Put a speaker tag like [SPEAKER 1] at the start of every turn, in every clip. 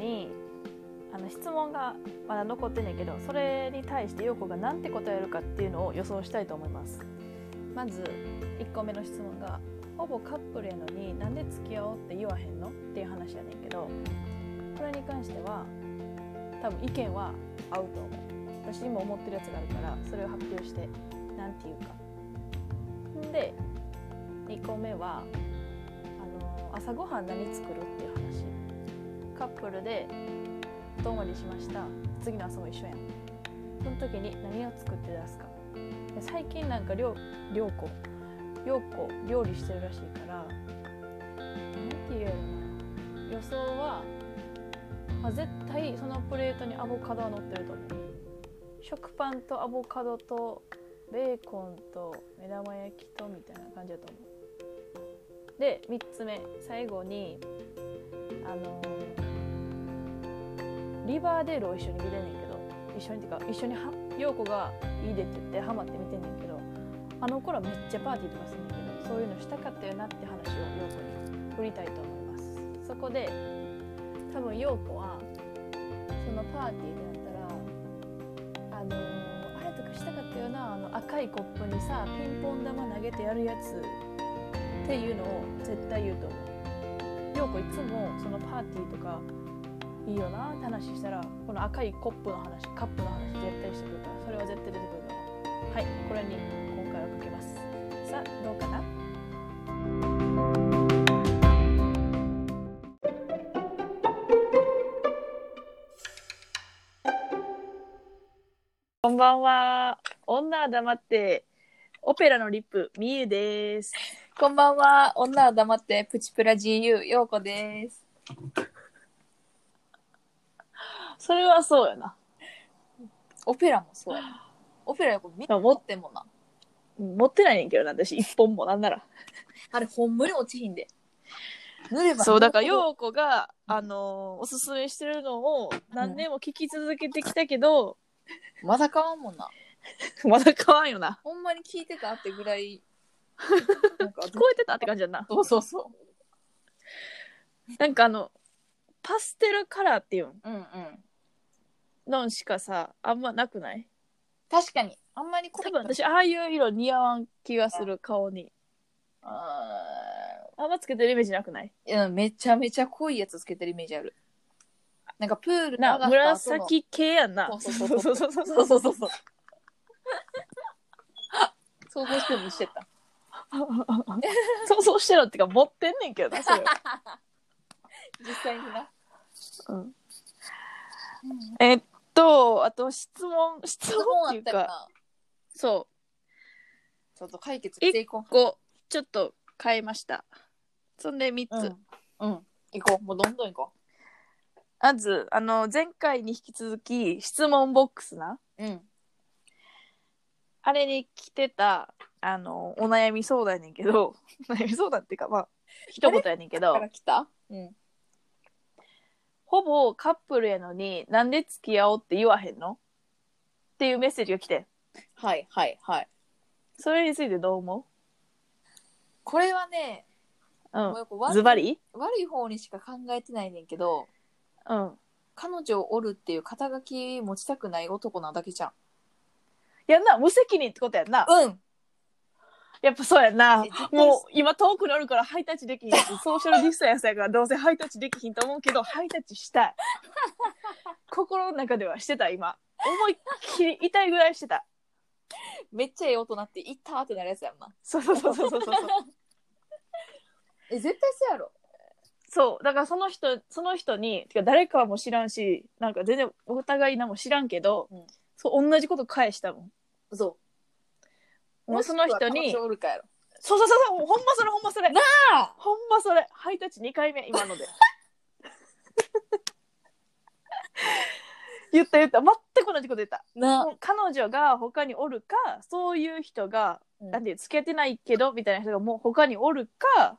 [SPEAKER 1] にあの質問がまだ残ってんねんけどそれに対して陽子が何て答えるかっていうのを予想したいと思いますまず1個目の質問が「ほぼカップルやのになんで付き合おうって言わへんの?」っていう話やねんけどこれに関しては多分意見は合うと思う私今思ってるやつがあるからそれを発表して何て言うかんで2個目はあの朝ごはん何作るっていう話カップルで遠回りしました次の朝も一緒やんその時に何を作って出すかで最近なんかりょう涼子涼子料理してるらしいから何て言うやろな予想は、まあ、絶対そのプレートにアボカドは乗ってると思う食パンとアボカドとベーコンと目玉焼きとみたいな感じだと思うで3つ目最後にあのーリバーデールを一緒に見れんねんけど一緒にってか一緒には陽子が「いいで」って言ってハマって見てんねんけどあの頃めっちゃパーティーとかするんだけどそういうのしたかったよなって話を陽子に振りたいと思いますそこで多分陽子はそのパーティーでなったらあのーあれとかしたかったよなあの赤いコップにさピンポン玉投げてやるやつっていうのを絶対言うと思う陽子いつもそのパーティーとかいいよなって話したらこの赤いコップの話カップの話絶対してくるからそれは絶対出てくるからはいこれに今回はかけますさあどうかな
[SPEAKER 2] こんばんは。女は黙って、オペラのリップ、みゆです。
[SPEAKER 3] こんばんは。女は黙って、プチプラ GU、ようこです。
[SPEAKER 2] それはそうやな。
[SPEAKER 3] オペラもそうやな。オペラよ、これ見
[SPEAKER 2] でもも
[SPEAKER 3] てもな。
[SPEAKER 2] 持ってないねんけどな、私、一本もなんなら。
[SPEAKER 3] あれ、ほんまに落ちひんで。塗れば。
[SPEAKER 2] そう、だ から、ようこが、あのーおすすめしてるのを何年も聞き続けてきたけど、
[SPEAKER 3] まだ買わんもんな。
[SPEAKER 2] まだ買わんよな。
[SPEAKER 3] ほんまに聞いてたってぐらい。 なんか、
[SPEAKER 2] 聞こえてたって感じやんな。
[SPEAKER 3] そうそうそ
[SPEAKER 2] なんかあの、パステルカラーっていうん
[SPEAKER 3] う。うんうん。
[SPEAKER 2] のしかさ、あんまなくない
[SPEAKER 3] 確かに。あんまりこ
[SPEAKER 2] 多分私、ああいう色似合わん気がする、顔に。
[SPEAKER 3] あ
[SPEAKER 2] あんまつけてるイメージなくない
[SPEAKER 3] ーいやめちゃめちゃ濃いやつつけてるイメージある。なんか、プール
[SPEAKER 2] な、
[SPEAKER 3] 上がった後の。
[SPEAKER 2] 紫系やんな。
[SPEAKER 3] そうそうそう
[SPEAKER 2] そうそう
[SPEAKER 3] そうそうそうそう。想像してもしてた。
[SPEAKER 2] 想像してろってか持ってんねんけどなそれ は
[SPEAKER 3] 実際にな。
[SPEAKER 2] うんえっとあと質問質
[SPEAKER 3] 質
[SPEAKER 2] 問っ
[SPEAKER 3] 問
[SPEAKER 2] て
[SPEAKER 3] あ
[SPEAKER 2] い
[SPEAKER 3] っ
[SPEAKER 2] う
[SPEAKER 3] たら
[SPEAKER 2] か
[SPEAKER 3] な、
[SPEAKER 2] そ
[SPEAKER 3] ちょっと解決していこ
[SPEAKER 2] うこうちょっと変えましたそんで3
[SPEAKER 3] う。
[SPEAKER 2] つ、
[SPEAKER 3] うん。うん。行こう。もうどんどん行こ
[SPEAKER 2] まずあの前回に引き続き質問ボックスな
[SPEAKER 3] う。うん。
[SPEAKER 2] あれに来てたあのお悩み相談やねんけど お悩み相談っていうかまあ一言やねんけど
[SPEAKER 3] から来たうん。
[SPEAKER 2] ほぼカップルやのになんで付き合おうって言わへんのっていうメッセージが来てん
[SPEAKER 3] はいはいはい。
[SPEAKER 2] それについてどう思
[SPEAKER 3] これはね、
[SPEAKER 2] ううん
[SPEAKER 3] もうよく悪い
[SPEAKER 2] ズバリ
[SPEAKER 3] 悪い方にしか考えてないねんけど、
[SPEAKER 2] うん。
[SPEAKER 3] 彼女をおるっていう肩書き持ちたくない男なだけじゃん。
[SPEAKER 2] やんな、無責任ってことやんな。
[SPEAKER 3] うん。
[SPEAKER 2] やっぱそうやんな
[SPEAKER 3] え絶。対
[SPEAKER 2] もう今遠くにおるからハイタッチできひんし、ソーシャルディスタンスやからどうせハイタッチできひんと思うけど、ハイタッチしたい。心の中ではしてた、今。思いっきり痛いぐらいしてた。
[SPEAKER 3] めっちゃええ音なって、いったーってなるやつやんな。
[SPEAKER 2] そうそうそうそうそうそう。
[SPEAKER 3] え、絶対そうやろ。
[SPEAKER 2] そう。だからその人、その人に、てか誰かはもう知らんし、なんか全然お互い何も知らんけど、
[SPEAKER 3] うん
[SPEAKER 2] そう、同じこと返したも
[SPEAKER 3] そ
[SPEAKER 2] ん。
[SPEAKER 3] う。
[SPEAKER 2] もうその人
[SPEAKER 3] もし
[SPEAKER 2] に
[SPEAKER 3] くは彼女、おるかやろ。
[SPEAKER 2] そうそうそうそう、もうほんまそれほんまそれ。な
[SPEAKER 3] あ
[SPEAKER 2] ほんまそれ。ハイタッチ2回目、今ので。言った言った。全く同じこと言った。
[SPEAKER 3] な
[SPEAKER 2] もう彼女が他におるか、そういう人が、
[SPEAKER 3] うん
[SPEAKER 2] なんていう、つけてないけど、みたいな人がもう他におるか、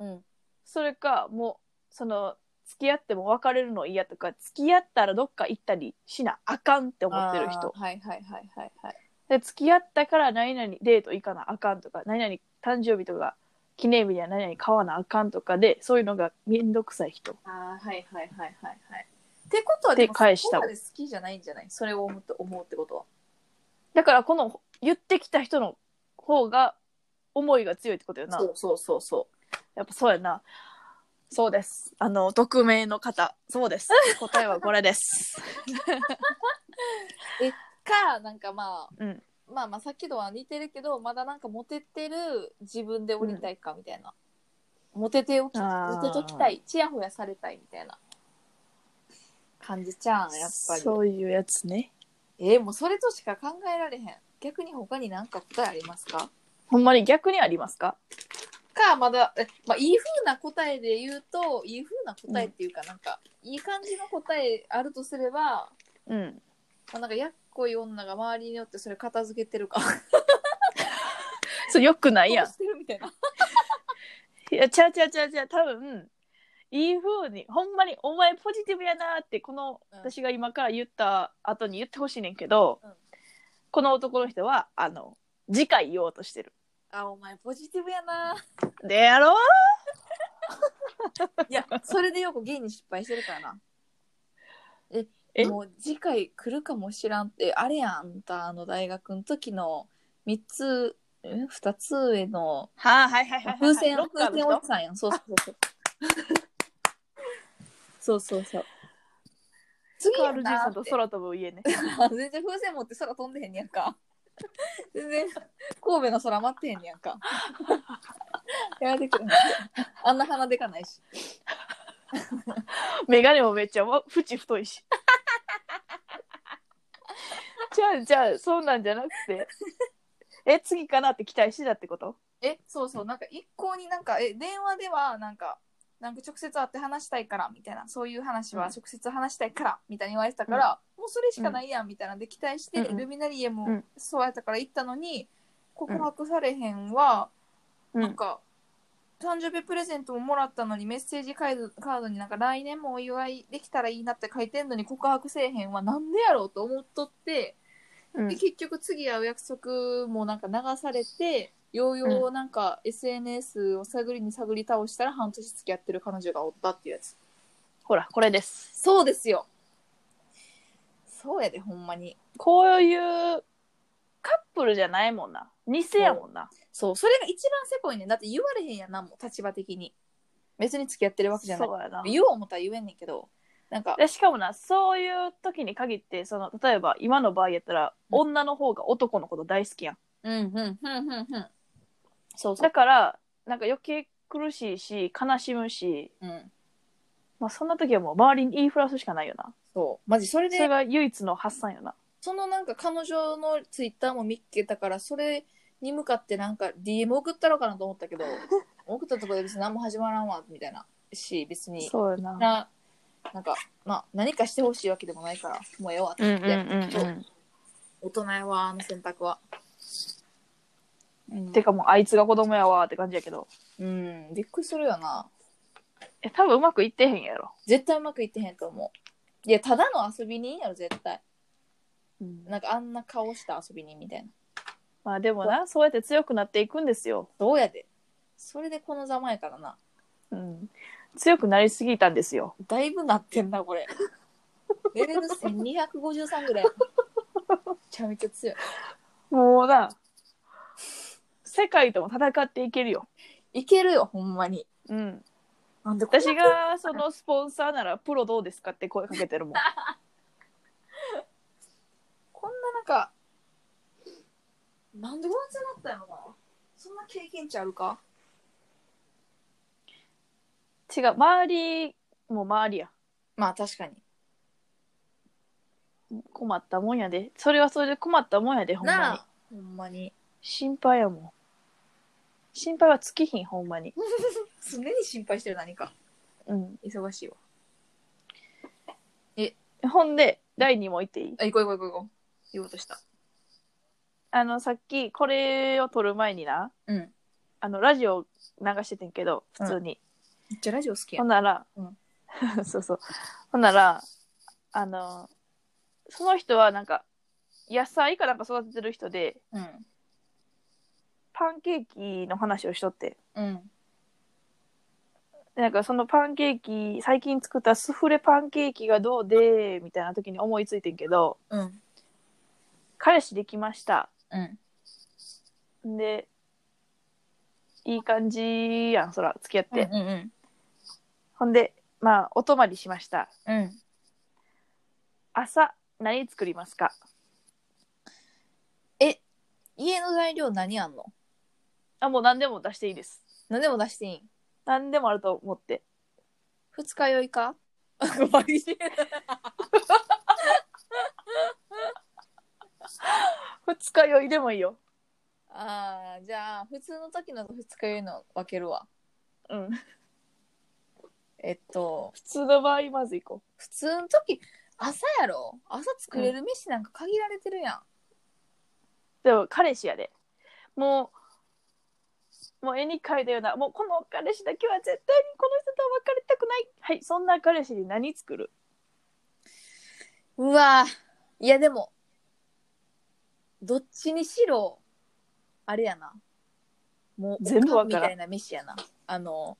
[SPEAKER 3] うん。
[SPEAKER 2] それか、もう、その、付き合っても別れるの嫌とか、付き合ったらどっか行ったりしなあかんって思ってる人
[SPEAKER 3] あ。ーはいはいはいはいはい。
[SPEAKER 2] で付き合ったから何々デート行かなあかんとか何々誕生日とか記念日には何々買わなあかんとかでそういうのがめんどくさい人
[SPEAKER 3] あーはいはいはいはいはい。ってことはでも
[SPEAKER 2] で返した
[SPEAKER 3] そこまで好きじゃないんじゃないそれを思って思うってことは。
[SPEAKER 2] だからこの言ってきた人の方が思いが強いってことよな
[SPEAKER 3] そうそうそうそ
[SPEAKER 2] やっぱそうやなそうですあの匿名の方そう です答えはこれです
[SPEAKER 3] う。かなんかまあ、
[SPEAKER 2] うん
[SPEAKER 3] まあまあさっきとは似てるけどまだなんかモテてる自分で降りたいかみたいな。モテておき
[SPEAKER 2] あー
[SPEAKER 3] モテときたいちやほやされたいみたいな感じちゃうんやっぱり。
[SPEAKER 2] そういうやつね
[SPEAKER 3] えーもうそれとしか考えられへん。逆に他に何か答えありますか
[SPEAKER 2] ほんまに逆にありますか
[SPEAKER 3] か、まだ、えまあ、いい風な答えで言うと、いい風な答えっていうか、なんか、いい感じの答えあるとすれば、ま
[SPEAKER 2] うん
[SPEAKER 3] あ、なんか、やっこい女が周りによってそれ片付けてるか、
[SPEAKER 2] それよくないやん
[SPEAKER 3] してるみたいな。
[SPEAKER 2] いや、ちゃうちゃうちゃうちゃう、多分、いい風に、ほんまにお前ポジティブやなって、この、
[SPEAKER 3] うん
[SPEAKER 2] 私が今から言った後に言ってほしいねんけど、
[SPEAKER 3] うん
[SPEAKER 2] この男の人は、あの、次回言おうとしてる。
[SPEAKER 3] あ、お前、ポジティブやな。
[SPEAKER 2] でやろう
[SPEAKER 3] いや、それでよく芸に失敗してるからな。え、
[SPEAKER 2] え
[SPEAKER 3] もう次回来るかもしらんって、あれやん、あんた、あの、大学の時の、三つ、え二つ上の、
[SPEAKER 2] はあ、はいはいはいはい。
[SPEAKER 3] 風船、
[SPEAKER 2] ロッカー
[SPEAKER 3] 風
[SPEAKER 2] の
[SPEAKER 3] 船
[SPEAKER 2] 人
[SPEAKER 3] おじさんやん。そうそうそう。 そうそうそう。次
[SPEAKER 2] カ
[SPEAKER 3] や
[SPEAKER 2] ールじい
[SPEAKER 3] な
[SPEAKER 2] さ
[SPEAKER 3] ー
[SPEAKER 2] ん
[SPEAKER 3] っ
[SPEAKER 2] と
[SPEAKER 3] て
[SPEAKER 2] 空飛ぶ家ね。
[SPEAKER 3] 全然風船持って空飛んでへんねやんか。 全然神戸の空待ってへんねやんか。 やめてくれ。あんな鼻でかないし。
[SPEAKER 2] メガネもめっちゃ、わ縁太いし。 じゃあ、じゃあ、そうなんじゃなく て。え、次かなって期待してたってこと
[SPEAKER 3] え、そうそう。なんか一向になんか、え、電話ではなんか、なんか直接会って話したいからみたいな、そういう話は直接話したいからみたいに言われてたから、もうそれしかないやんみたいなんで期待して、
[SPEAKER 2] うんうん
[SPEAKER 3] ルミナリエ
[SPEAKER 2] う
[SPEAKER 3] も
[SPEAKER 2] ん
[SPEAKER 3] そうやったから行ったのに、告白されへんは、
[SPEAKER 2] う
[SPEAKER 3] なん。か、誕生日プレゼントももらったのにメッセージカードカードになんか来年もお祝いできたらいいなって書いてんのに告白せえへんはなんでやろうと思っとって、
[SPEAKER 2] うん
[SPEAKER 3] で結局次会う約束もなんか流されてようようなんか SNS を探りに探り倒したら半年付き合ってる彼女がおったっていうやつ
[SPEAKER 2] ほら、これです。
[SPEAKER 3] そうですよそうやでほんまに
[SPEAKER 2] こういうカップルじゃないもんな。偽やもんな。
[SPEAKER 3] そうそれが一番せこいねんだって言われへんやんなんも立場的に別に付き合ってるわけじゃない
[SPEAKER 2] そうやな。
[SPEAKER 3] 言おう思ったら言えんねんけどなんか
[SPEAKER 2] でしかもな、そういう時に限って、その、例えば今の場合やったら、
[SPEAKER 3] うん
[SPEAKER 2] 女の方が男のこと大好きやん。
[SPEAKER 3] うんうんうんうんうん。そうそ
[SPEAKER 2] だ
[SPEAKER 3] う。
[SPEAKER 2] から、なんか余計苦しいし、悲しむし、
[SPEAKER 3] うん。
[SPEAKER 2] まあそんな時はもう周りに言いふらすしかないよな。
[SPEAKER 3] そう。マジ、それ
[SPEAKER 2] それ
[SPEAKER 3] で、
[SPEAKER 2] が唯一の発散よな。
[SPEAKER 3] そのなんか彼女のツイッターも見っけたから、それに向かってなんか DM 送ったろうかなと思った けど、送ったところで別に何も始まらんわ、みたいな。し、別に、
[SPEAKER 2] そうやな。
[SPEAKER 3] な、なんか、まあ、何かしてほしいわけでもないから、もうええわって
[SPEAKER 2] うん
[SPEAKER 3] 言
[SPEAKER 2] う
[SPEAKER 3] っ
[SPEAKER 2] ん
[SPEAKER 3] て、
[SPEAKER 2] うん
[SPEAKER 3] そ
[SPEAKER 2] う
[SPEAKER 3] う
[SPEAKER 2] ん。
[SPEAKER 3] 大人やわ、あの選択は。うん
[SPEAKER 2] てかもうあいつが子供やわーって感じやけど。
[SPEAKER 3] うん、びっくりするよな。
[SPEAKER 2] え、多分うまくいってへんやろ。
[SPEAKER 3] 絶対うまくいってへんと思う。いや、ただの遊び人やろ、絶対。なんかあんな顔した遊び人みたいな。
[SPEAKER 2] まあでもな、そうやって強くなっていくんですよ。
[SPEAKER 3] どうやでそれでこのざまやからな。
[SPEAKER 2] うん。強くなりすぎたんですよ。
[SPEAKER 3] だいぶなってんな、これ。 レベル1253ぐらい。めちゃめちゃ強い。
[SPEAKER 2] もうな、世界とも戦っていけるよ。
[SPEAKER 3] いけるよ、ほんまに。
[SPEAKER 2] うん。
[SPEAKER 3] なんでこんな
[SPEAKER 2] 私がそのスポンサーならプロどうですかって声かけて るもん。
[SPEAKER 3] こんななんか、なんでこいつなったんやろな。そんな経験値あるか
[SPEAKER 2] 違う、周りも周りや。
[SPEAKER 3] まあ確かに。
[SPEAKER 2] 困ったもんやで。それはそれで困ったもんやで、ほんま
[SPEAKER 3] な
[SPEAKER 2] に
[SPEAKER 3] あ。。ほんまに。
[SPEAKER 2] 心配やもん。心配は尽きひん、ほんまに。
[SPEAKER 3] 常に心配してる何か。
[SPEAKER 2] うん。
[SPEAKER 3] 忙しいわ。
[SPEAKER 2] ほんで、第2問言っていい
[SPEAKER 3] あ、行こう行こう行こう行こう。言おうとした。
[SPEAKER 2] あの、さっき、これを撮る前にな、
[SPEAKER 3] うん。
[SPEAKER 2] あの、ラジオ流しててんけど、普通に。
[SPEAKER 3] めっちゃラジオ好きや
[SPEAKER 2] ほん
[SPEAKER 3] ん。
[SPEAKER 2] なら、
[SPEAKER 3] うん
[SPEAKER 2] そうそう。ほんなら、あの、その人はなんか、野菜かなんか育ててる人で、
[SPEAKER 3] うん。
[SPEAKER 2] パンケーキの話をしとって。
[SPEAKER 3] うん。
[SPEAKER 2] でなんかそのパンケーキ最近作ったスフレパンケーキがどうでみたいな時に思いついてんけど
[SPEAKER 3] うん。
[SPEAKER 2] 彼氏できました
[SPEAKER 3] うん。
[SPEAKER 2] でいい感じやんそら付き合って、
[SPEAKER 3] うんうん
[SPEAKER 2] ほんでまあお泊まりしました
[SPEAKER 3] うん。うん。
[SPEAKER 2] 朝何作りますか
[SPEAKER 3] え、家の材料何あんの
[SPEAKER 2] あもう何でも出していいです
[SPEAKER 3] 何でも出していいん
[SPEAKER 2] 何でもあると思って
[SPEAKER 3] 二日酔い かマジで
[SPEAKER 2] 二日酔いでもいいよ
[SPEAKER 3] ああ、じゃあ、普通の時の二日酔いの分けるわ。
[SPEAKER 2] うん
[SPEAKER 3] えっと、
[SPEAKER 2] 普通の場合まずいこ
[SPEAKER 3] 普通の時、朝やろ朝作れる飯なんか限られてるやん。
[SPEAKER 2] うでも彼氏やでもうもう絵に描いたようなもうこの彼氏だけは絶対にこの人とは別れたくないはいそんな彼氏に何作る
[SPEAKER 3] うわーいやでも、どっちにしろ、あれやな。もう、
[SPEAKER 2] 全部わ
[SPEAKER 3] お
[SPEAKER 2] かん
[SPEAKER 3] からんみたいな飯やな。あの、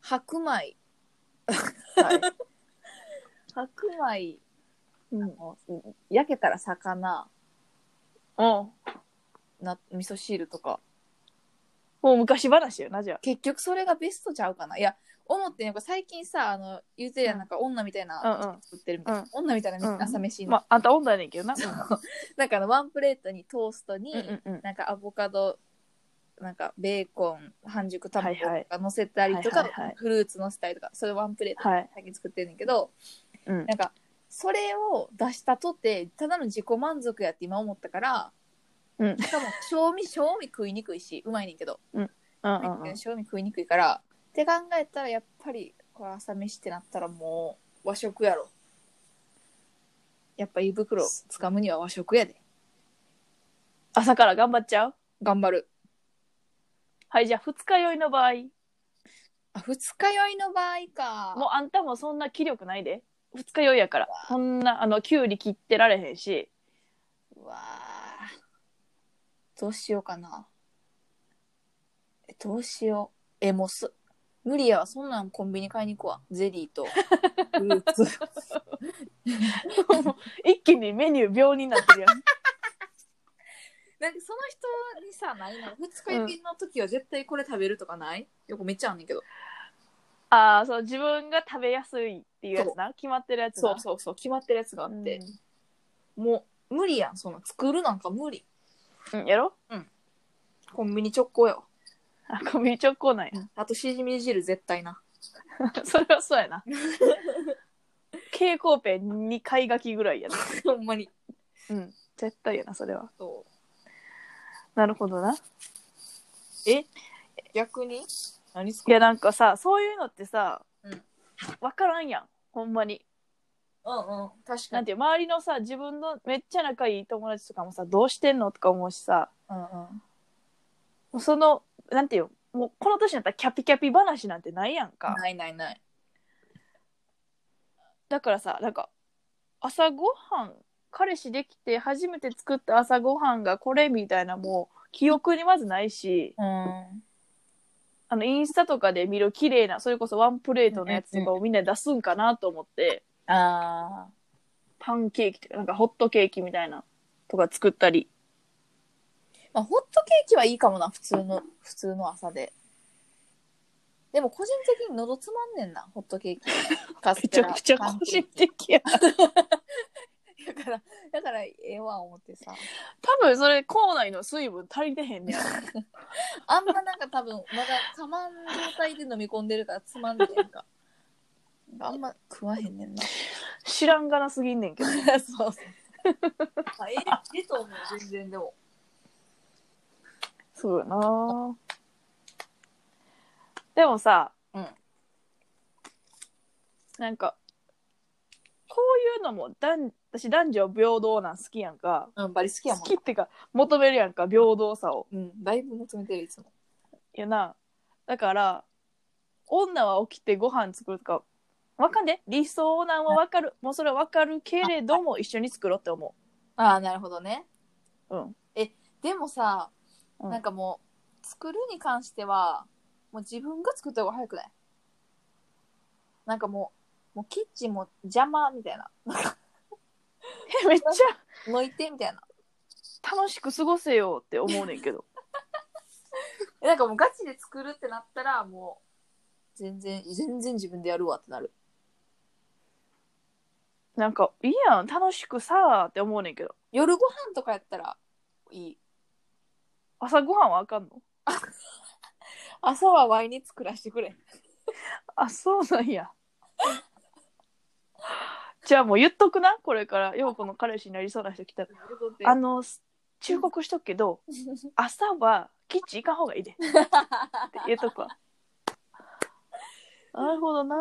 [SPEAKER 3] 白米。
[SPEAKER 2] はい、
[SPEAKER 3] 白米、
[SPEAKER 2] うん、
[SPEAKER 3] 焼けたら魚、
[SPEAKER 2] も
[SPEAKER 3] な味噌汁とか。
[SPEAKER 2] う昔話よなじゃあ
[SPEAKER 3] 結局それがベストちゃうかな。いや、思ってんやっぱ最近さ、あの、言うてるやん、なんか女みたいな、
[SPEAKER 2] うんうん
[SPEAKER 3] 売ってるみたいな。
[SPEAKER 2] うん
[SPEAKER 3] 女みたいな
[SPEAKER 2] うん
[SPEAKER 3] 朝飯の、
[SPEAKER 2] まああんた女やねんけどな
[SPEAKER 3] なんかあの、ワンプレートにトーストに、
[SPEAKER 2] うんうんうん
[SPEAKER 3] なんかアボカドなんかベーコン半熟卵
[SPEAKER 2] はいはい
[SPEAKER 3] とか乗せたりとか、
[SPEAKER 2] はいはいはい
[SPEAKER 3] フルーツ乗せたりとかそれワンプレートで
[SPEAKER 2] はい、
[SPEAKER 3] 最近作ってるんだけど、
[SPEAKER 2] うん
[SPEAKER 3] なんかそれを出したとてただの自己満足やって今思ったから、
[SPEAKER 2] うん
[SPEAKER 3] しかも賞味賞味食いにくいしうまいねんけど、
[SPEAKER 2] うん
[SPEAKER 3] う
[SPEAKER 2] うんうん、
[SPEAKER 3] 賞味食いにくいからって考えたらやっぱりこれ朝飯ってなったらもう和食やろやっぱ胃袋つかむには和食やで
[SPEAKER 2] 朝から頑張っちゃう
[SPEAKER 3] 頑張る
[SPEAKER 2] はいじゃあ二日酔いの場合
[SPEAKER 3] あ二日酔いの場合か
[SPEAKER 2] もうあんたもそんな気力ないで二日酔いやからそんなあのキュウリ切ってられへんし
[SPEAKER 3] うわあどうしようかな。え、どうしよう。え、もうす、無理やわ。そんなんコンビニ買いに行くわ。ゼリー と、フルーツ。
[SPEAKER 2] 一気にメニュー病になってるやん
[SPEAKER 3] なんかその人にさ、ないの二日酔いの時は絶対これ食べるとかない、よくめっちゃあんねんけど。
[SPEAKER 2] ああそう自分が食べやすいっていうやつな決まってるやつな
[SPEAKER 3] そうそうそう、決まってるやつがあって。もう、無理やん。そんな作るなんか無理。
[SPEAKER 2] うん、うんやろ
[SPEAKER 3] コンビニ直行よ。
[SPEAKER 2] あコンビニ直行なんや
[SPEAKER 3] あとしじみ汁絶対な。
[SPEAKER 2] それはそうやな蛍光ペン2回書きぐらいやな
[SPEAKER 3] ほんまに。
[SPEAKER 2] うん絶対やなそれは
[SPEAKER 3] そ
[SPEAKER 2] なるほどな
[SPEAKER 3] う。逆に何作
[SPEAKER 2] いやなんかさそういうのってさ、
[SPEAKER 3] うん
[SPEAKER 2] わからんやんほんまに
[SPEAKER 3] うんうん。確か
[SPEAKER 2] なん
[SPEAKER 3] に。
[SPEAKER 2] ていう周りのさ自分のめっちゃ仲いい友達とかもさどうしてんのとか思うしさ
[SPEAKER 3] うんうん。
[SPEAKER 2] もうそのなんていうもうこの年になったらキャピキャピ話なんてないやんか、
[SPEAKER 3] ないないない。
[SPEAKER 2] だからさなんか朝ごはん彼氏できて初めて作った朝ごはんがこれみたいなもう記憶にまずないし
[SPEAKER 3] うん。
[SPEAKER 2] あのインスタとかで見る綺麗なそれこそワンプレートのやつとかをみんなで出すんかなと思って
[SPEAKER 3] ああ。
[SPEAKER 2] パンケーキとかなんかホットケーキみたいなとか作ったり
[SPEAKER 3] まあ、ホットケーキはいいかもな、普通の、普通の朝で。でも、個人的に喉つまんねんな、ホットケ ーキ。カ
[SPEAKER 2] めちゃくちゃ個人的や
[SPEAKER 3] だから、だから、ええわ、思ってさ。
[SPEAKER 2] 多分それ口内の水分足りてへんねや
[SPEAKER 3] あんまなんか多分、まだかまん状態で飲み込んでるからつまんねんか。あんま食わへんねんな。
[SPEAKER 2] 知らんがなすぎんねんけど
[SPEAKER 3] そうそう。あええ、ええと思う、全然でも。
[SPEAKER 2] そうやなでもさ、
[SPEAKER 3] うん
[SPEAKER 2] なんかこういうのも男私男女平等なん好きやんか
[SPEAKER 3] うん、バリ好きや
[SPEAKER 2] 好
[SPEAKER 3] もん
[SPEAKER 2] き。ってか求めるやんか平等さを
[SPEAKER 3] うん、だいぶ求めてる、いつも。
[SPEAKER 2] やなだから女は起きてご飯作るとかわかんね理想なんはわかるもうそれはわかるけれども一緒に作ろうって思
[SPEAKER 3] ああ、なるほどね。
[SPEAKER 2] ううん
[SPEAKER 3] でもさ、
[SPEAKER 2] うん
[SPEAKER 3] なんかもう作るに関しては、もう自分が作った方が早くないなんかもう、もうキッチンも邪魔みた いな。
[SPEAKER 2] えめっち
[SPEAKER 3] のいてみたいな。
[SPEAKER 2] ゃ楽しく過ごせよって思うねんけど
[SPEAKER 3] えなんかもうガチで作るってなったら、もう、全然、全然自分でやるわってなる。
[SPEAKER 2] なんかいいやん楽しくさーって思うねんけど
[SPEAKER 3] 夜ご飯とかやったらいい。
[SPEAKER 2] 朝ごはんはあかんの
[SPEAKER 3] 朝はワイに作らしてくれ。
[SPEAKER 2] あそうなんや じゃあもう言っとくなこれから陽子の彼氏になりそうな人来たらあ
[SPEAKER 3] あの
[SPEAKER 2] の忠告しとくけど朝はキッチン行かん方がいいでって言っとくわなるほどな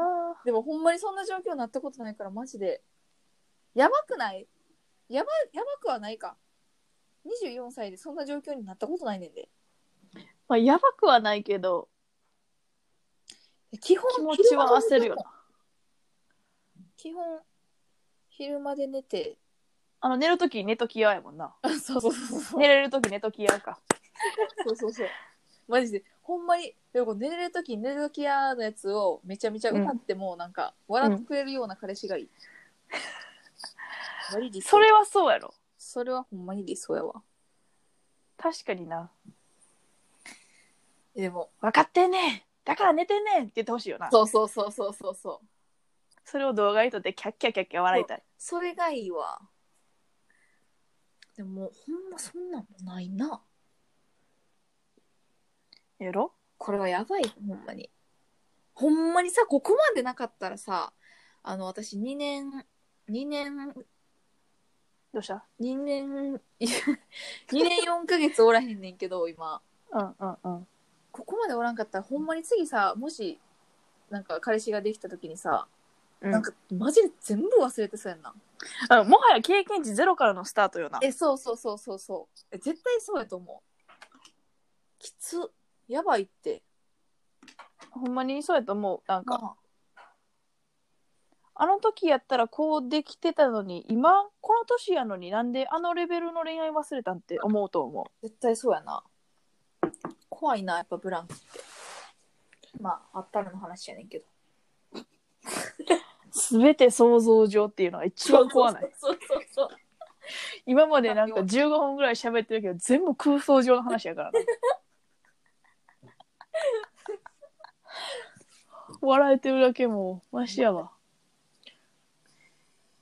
[SPEAKER 3] でもほんまにそんな状況になったことないから、マジで。やばくないやば、やばくはないか。24歳でそんな状況になったことないねんで。
[SPEAKER 2] まあやばくはないけど
[SPEAKER 3] 基本
[SPEAKER 2] 気持ちは焦るよな
[SPEAKER 3] 基本昼まで寝て
[SPEAKER 2] あの寝るとき寝ときややもんな
[SPEAKER 3] あそうそうそうそう
[SPEAKER 2] 寝れるとき寝ときやか
[SPEAKER 3] そうそうそうマジでほんまにでも寝れる時寝る時やのやつをめちゃめちゃ歌ってもなんか笑ってくれるような彼氏がいい、マジ理想
[SPEAKER 2] それはそうやろ
[SPEAKER 3] それはほんまに理想やわ
[SPEAKER 2] 確かにな
[SPEAKER 3] でも
[SPEAKER 2] 分かってんねんだから寝てんねんって言ってほしいよな
[SPEAKER 3] そうそうそうそうそうそう
[SPEAKER 2] それを動画に撮ってキャッキャキャッキャ笑いたい
[SPEAKER 3] それがいいわでもほんまそんなんもないな
[SPEAKER 2] やろ
[SPEAKER 3] これはやばいほんまにほんまにさここまでなかったらさあの私2年2年
[SPEAKER 2] どうした
[SPEAKER 3] 2年 いや2年4ヶ月おらへんねんけど今
[SPEAKER 2] うんうんうん
[SPEAKER 3] ここまでおらんかったらほんまに次さもしなんか彼氏ができた時にさ、
[SPEAKER 2] うん
[SPEAKER 3] なんかマジで全部忘れてそうやんな
[SPEAKER 2] あのもはや経験値ゼロからのスタートよな
[SPEAKER 3] えそうそうそうそうそうえ絶対そうやと思うきつやばいって
[SPEAKER 2] ほんまにそうやと思うなんか
[SPEAKER 3] まあ
[SPEAKER 2] あの時やったらこうできてたのに今この年やのになんであのレベルの恋愛忘れたんって思うと思
[SPEAKER 3] 絶対そうやな怖いなやっぱブランクってまああったらの話やねんけど
[SPEAKER 2] う全て想像上っていうのが一番 怖 ない
[SPEAKER 3] そうそうそうそう
[SPEAKER 2] 今までなんか15分ぐらい喋ってるけど全部空想上の話やから な笑えてるだけもうマシやわ